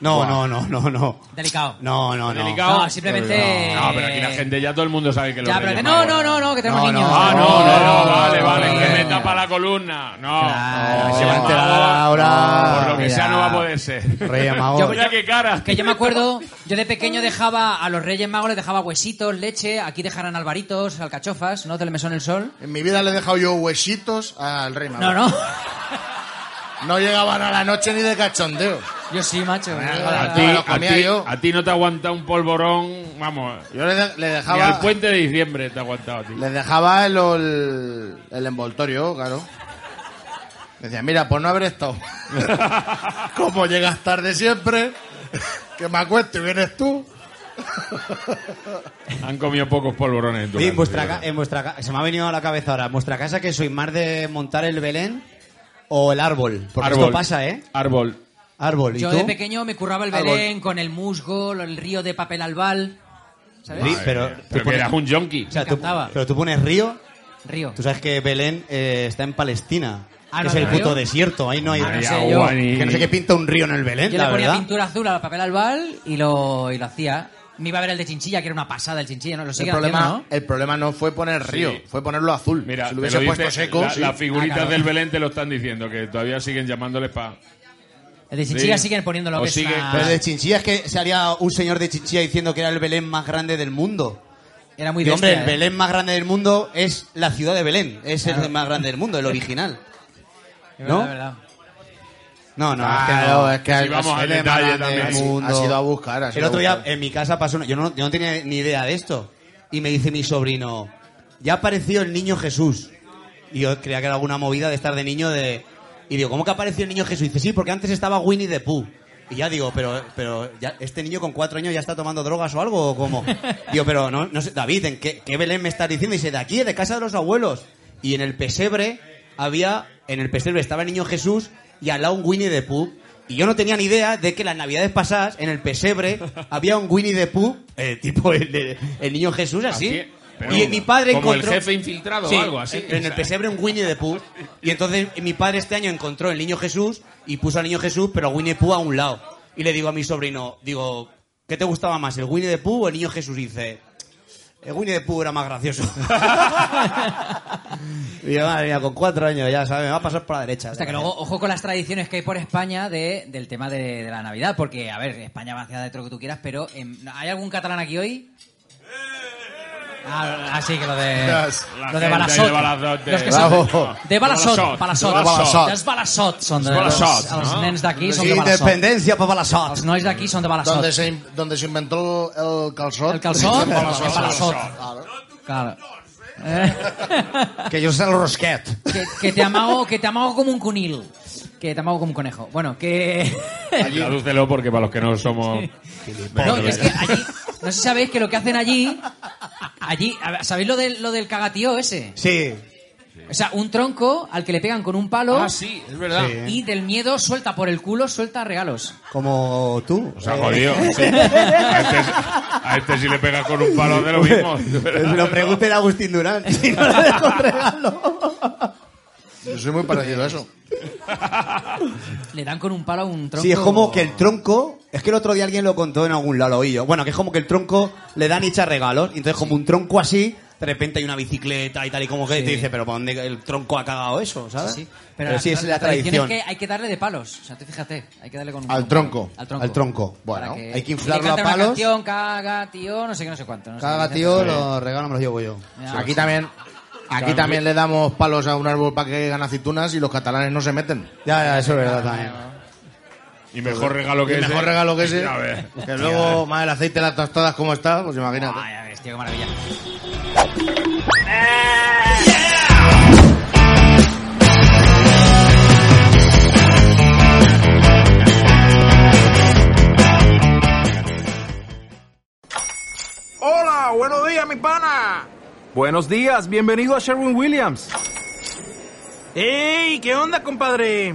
Speaker 4: No, no, no, no, no.
Speaker 2: Delicado.
Speaker 4: No, no, no.
Speaker 1: Delicado.
Speaker 2: No,
Speaker 4: Eh.
Speaker 2: simplemente.
Speaker 1: No, pero aquí la gente ya todo el mundo sabe que lo
Speaker 2: Ya, pero que- no, no, no, no, que tenemos
Speaker 4: No, no.
Speaker 2: niños.
Speaker 1: Ah, no, no, no, vale, vale,
Speaker 2: no,
Speaker 1: que
Speaker 2: no,
Speaker 1: me
Speaker 2: no.
Speaker 1: tapa la columna. No.
Speaker 2: Claro,
Speaker 1: No,
Speaker 4: se va a enterar
Speaker 1: por favor.
Speaker 4: ahora.
Speaker 1: Por lo que
Speaker 4: Mira.
Speaker 1: sea, no va a poder ser. (laughs)
Speaker 4: Rey Amago.
Speaker 2: Yo-
Speaker 1: Mira qué cara.
Speaker 2: Que yo me acuerdo, yo de pequeño dejaba a los Reyes Magos, les dejaba huesitos, leche, aquí dejarán albaritos, alcachofas, ¿no? Telemesón el sol.
Speaker 3: En mi vida le he dejado yo huesitos al rey mago.
Speaker 2: No, no. (laughs)
Speaker 3: No llegaban a la noche ni de cachondeo.
Speaker 2: Yo sí, macho.
Speaker 1: A
Speaker 3: Ah,
Speaker 1: ti,
Speaker 3: me lo
Speaker 1: a,
Speaker 3: comía
Speaker 1: ti,
Speaker 3: yo.
Speaker 1: a ti no te aguanta un polvorón, vamos,
Speaker 3: Yo le, de- le
Speaker 1: ni al
Speaker 3: dejaba...
Speaker 1: puente de diciembre te ha aguantado a ti.
Speaker 3: Les dejaba el, el, el envoltorio, claro. Decía, mira, por no haber estado. (laughs) Como llegas tarde siempre, que me acuesto y vienes tú.
Speaker 1: Han comido pocos polvorones en tu
Speaker 4: Sí, en
Speaker 1: casa,
Speaker 4: vuestra,
Speaker 1: sí,
Speaker 4: ca- eh,
Speaker 1: ¿verdad?
Speaker 4: en vuestra ca- se me ha venido a la cabeza ahora. ¿En vuestra casa que sois más de montar el Belén o el árbol? Porque
Speaker 1: Árbol.
Speaker 4: esto pasa, ¿eh?
Speaker 1: Árbol.
Speaker 4: Árbol. ¿Y
Speaker 2: Yo
Speaker 4: tú?
Speaker 2: de pequeño me curraba el
Speaker 4: Árbol.
Speaker 2: Belén con el musgo, lo- el río de papel albal. ¿Sabes?
Speaker 4: Sí,
Speaker 1: Madre
Speaker 4: pero,
Speaker 1: mía,
Speaker 4: tú
Speaker 1: pero que
Speaker 4: pones-
Speaker 1: eras un yonki.
Speaker 4: o sea,
Speaker 2: Me
Speaker 4: tú-
Speaker 2: encantaba.
Speaker 4: pero tú pones río.
Speaker 2: Río.
Speaker 4: Tú sabes que Belén eh, está en Palestina.
Speaker 2: Ah,
Speaker 4: que
Speaker 2: no
Speaker 4: es el
Speaker 2: había
Speaker 4: puto
Speaker 2: río.
Speaker 4: desierto. Ahí no hay.
Speaker 2: Ah, no
Speaker 4: río.
Speaker 2: sé yo.
Speaker 4: Que no sé qué pinta un río en el (laughs) Belén,
Speaker 2: Yo le
Speaker 4: la
Speaker 2: ponía
Speaker 4: verdad.
Speaker 2: pintura azul al papel albal y lo, y lo hacía. Me iba a ver el de Chinchilla, que era una pasada el Chinchilla, ¿no? Lo
Speaker 3: El
Speaker 2: siguen
Speaker 3: problema,
Speaker 2: haciendo, ¿no?
Speaker 3: el problema no fue poner río, fue ponerlo azul.
Speaker 1: Mira,
Speaker 3: si
Speaker 1: te
Speaker 3: lo
Speaker 1: lo
Speaker 3: hubiese
Speaker 1: dice-
Speaker 3: puesto seco,
Speaker 1: la-
Speaker 3: sí.
Speaker 1: las figuritas
Speaker 2: Ah, claro.
Speaker 1: del Belén te lo están diciendo, que todavía siguen llamándoles para...
Speaker 2: El de Chinchilla
Speaker 1: Sí.
Speaker 2: siguen poniéndolo.
Speaker 1: O
Speaker 2: que es
Speaker 1: sigue-
Speaker 2: una-
Speaker 4: Pero de Chinchilla es que salía un señor de Chinchilla diciendo que era el Belén más grande del mundo.
Speaker 2: Era muy
Speaker 4: Que, hombre,
Speaker 2: bestia,
Speaker 4: el
Speaker 2: ¿eh?
Speaker 4: Belén más grande del mundo es la ciudad de Belén. Es el más grande del mundo, el original.
Speaker 2: Es verdad,
Speaker 4: ¿no?
Speaker 2: es verdad.
Speaker 4: No, no,
Speaker 2: Ah,
Speaker 3: Claro, es
Speaker 4: es que
Speaker 3: que
Speaker 1: Sí,
Speaker 3: al-
Speaker 1: vamos
Speaker 3: así
Speaker 1: al
Speaker 3: le
Speaker 1: detalle
Speaker 3: mandan
Speaker 1: también.
Speaker 3: de-
Speaker 1: Ha
Speaker 4: no.
Speaker 3: Ha sido a buscar. ha
Speaker 4: El
Speaker 3: sido a
Speaker 4: otro día
Speaker 3: buscar.
Speaker 4: en mi casa pasó una... Yo no, yo no tenía ni idea de esto. Y me dice mi sobrino, ya apareció el niño Jesús. Y yo creía que era alguna movida de estar de niño de... Y digo, ¿cómo que apareció el niño Jesús? Y dice, sí, porque antes estaba Winnie the Pooh. Y ya digo, pero, pero ya, este niño con cuatro años ya está tomando drogas o algo, o cómo. Digo, pero no, no sé, David, ¿en qué, qué Belén me estás diciendo? Y dice, de aquí, de casa de los abuelos. Y en el pesebre había, en el pesebre estaba el niño Jesús y al lado un Winnie the Pooh. Y yo no tenía ni idea de que las navidades pasadas, en el
Speaker 1: (laughs)
Speaker 4: pesebre, había un Winnie the Pooh, eh, tipo el, de- el niño Jesús, así.
Speaker 1: Así, pero
Speaker 4: y mi padre
Speaker 1: como el
Speaker 4: encontró-
Speaker 1: jefe infiltrado o algo así.
Speaker 4: En, en el pesebre un Winnie the Pooh. Y entonces mi padre este año encontró el niño Jesús y puso al niño Jesús, pero a Winnie the Pooh a un lado. Y le digo a mi sobrino, digo, ¿qué te gustaba más, el Winnie the Pooh o el niño Jesús? Y dice, el Winnie the Pooh era más gracioso. y yo, madre mía, con cuatro años ya, ¿sabes? Me va a pasar por la derecha.
Speaker 2: Hasta que luego, ojo con las tradiciones que hay por España de, del tema de, de la Navidad, porque, a ver, España vaciada de todo lo que tú quieras, pero em, ¿hay algún catalán aquí hoy? Ah, así que lo de.
Speaker 3: Yes.
Speaker 1: La
Speaker 2: Lo
Speaker 1: gente
Speaker 2: de Balasot.
Speaker 1: de Balasot,
Speaker 2: Los que
Speaker 1: de-
Speaker 2: son-
Speaker 3: Bravo.
Speaker 2: De
Speaker 1: Balasot,
Speaker 2: Balasot. Balasot.
Speaker 1: de
Speaker 3: Balasot.
Speaker 2: Els Balasot són de.
Speaker 1: Els Balasot,
Speaker 2: els- Els
Speaker 1: no?
Speaker 2: nens d'aquí són de Balasot.
Speaker 4: Independencia para
Speaker 2: Els
Speaker 4: Balasot.
Speaker 2: nois d'aquí són de Balasot.
Speaker 3: Donde se, in- donde se inventó el calzón.
Speaker 2: El calçot, el
Speaker 1: Balasot.
Speaker 2: Balasot. Claro. Eh?
Speaker 4: Que yo soy el Rosquet.
Speaker 2: (laughs) que, que te amago, que te amago como un cunil. Que te amago como un conejo. Bueno, que.
Speaker 1: Tradúcelo porque para los que no somos...
Speaker 2: (laughs) No, que es que allí. No sé si sabéis que lo que hacen allí. Allí. a ver, ¿Sabéis lo, del- lo del cagatío ese?
Speaker 4: Sí.
Speaker 2: O sea, un tronco al que le pegan con un palo.
Speaker 1: Ah, sí, es verdad.
Speaker 4: Sí.
Speaker 2: Y del miedo suelta por el culo, suelta regalos.
Speaker 4: Como tú. Eh,
Speaker 1: O sea,
Speaker 4: (laughs)
Speaker 1: jodido. sí. A, este, a este si le pegas con un palo de lo mismo.
Speaker 4: Me (laughs) lo pregunten a Agustín Durán. Si no le dejo un regalo.
Speaker 3: Yo soy muy parecido a eso.
Speaker 2: Le dan con un palo a un tronco.
Speaker 4: Sí, es como que el tronco. Es que el otro día alguien lo contó en algún lado, lo oí yo. Bueno, que es como que el tronco le dan hecha regalos. y Entonces, como un tronco así, de repente hay una bicicleta y tal, y como que te dice, pero ¿para dónde el tronco ha cagado eso,
Speaker 2: Sí,
Speaker 4: sabes?
Speaker 2: sí.
Speaker 4: Pero, sí, es la tradición.
Speaker 2: es que hay que darle de palos. O sea, tú fíjate, hay que darle con un
Speaker 3: Al tronco.
Speaker 2: Al tronco.
Speaker 4: Al tronco.
Speaker 3: Bueno,
Speaker 2: Para
Speaker 4: hay que
Speaker 2: y
Speaker 4: inflarlo a
Speaker 2: canta una
Speaker 4: palos.
Speaker 2: canción, caga, tío, no sé qué, no sé cuánto. no sé
Speaker 4: Caga,
Speaker 2: qué
Speaker 4: tío,
Speaker 2: dice.
Speaker 4: los regalos me los llevo yo.
Speaker 2: Ya.
Speaker 3: Aquí también, aquí también le damos palos a un árbol para que hagan aceitunas y los catalanes no se meten.
Speaker 4: Ya, ya, eso es verdad también.
Speaker 1: Y mejor regalo que
Speaker 3: El
Speaker 1: ese.
Speaker 3: mejor regalo que ese.
Speaker 1: A ver.
Speaker 3: Que luego, más el aceite de las tostadas, ¿cómo está? Pues imagínate.
Speaker 2: Ay, a ver, tío, qué maravilla.
Speaker 5: Hola, buenos días, mi pana.
Speaker 6: Buenos días, bienvenido a Sherwin Williams.
Speaker 5: ¡Ey! ¿Qué onda, compadre?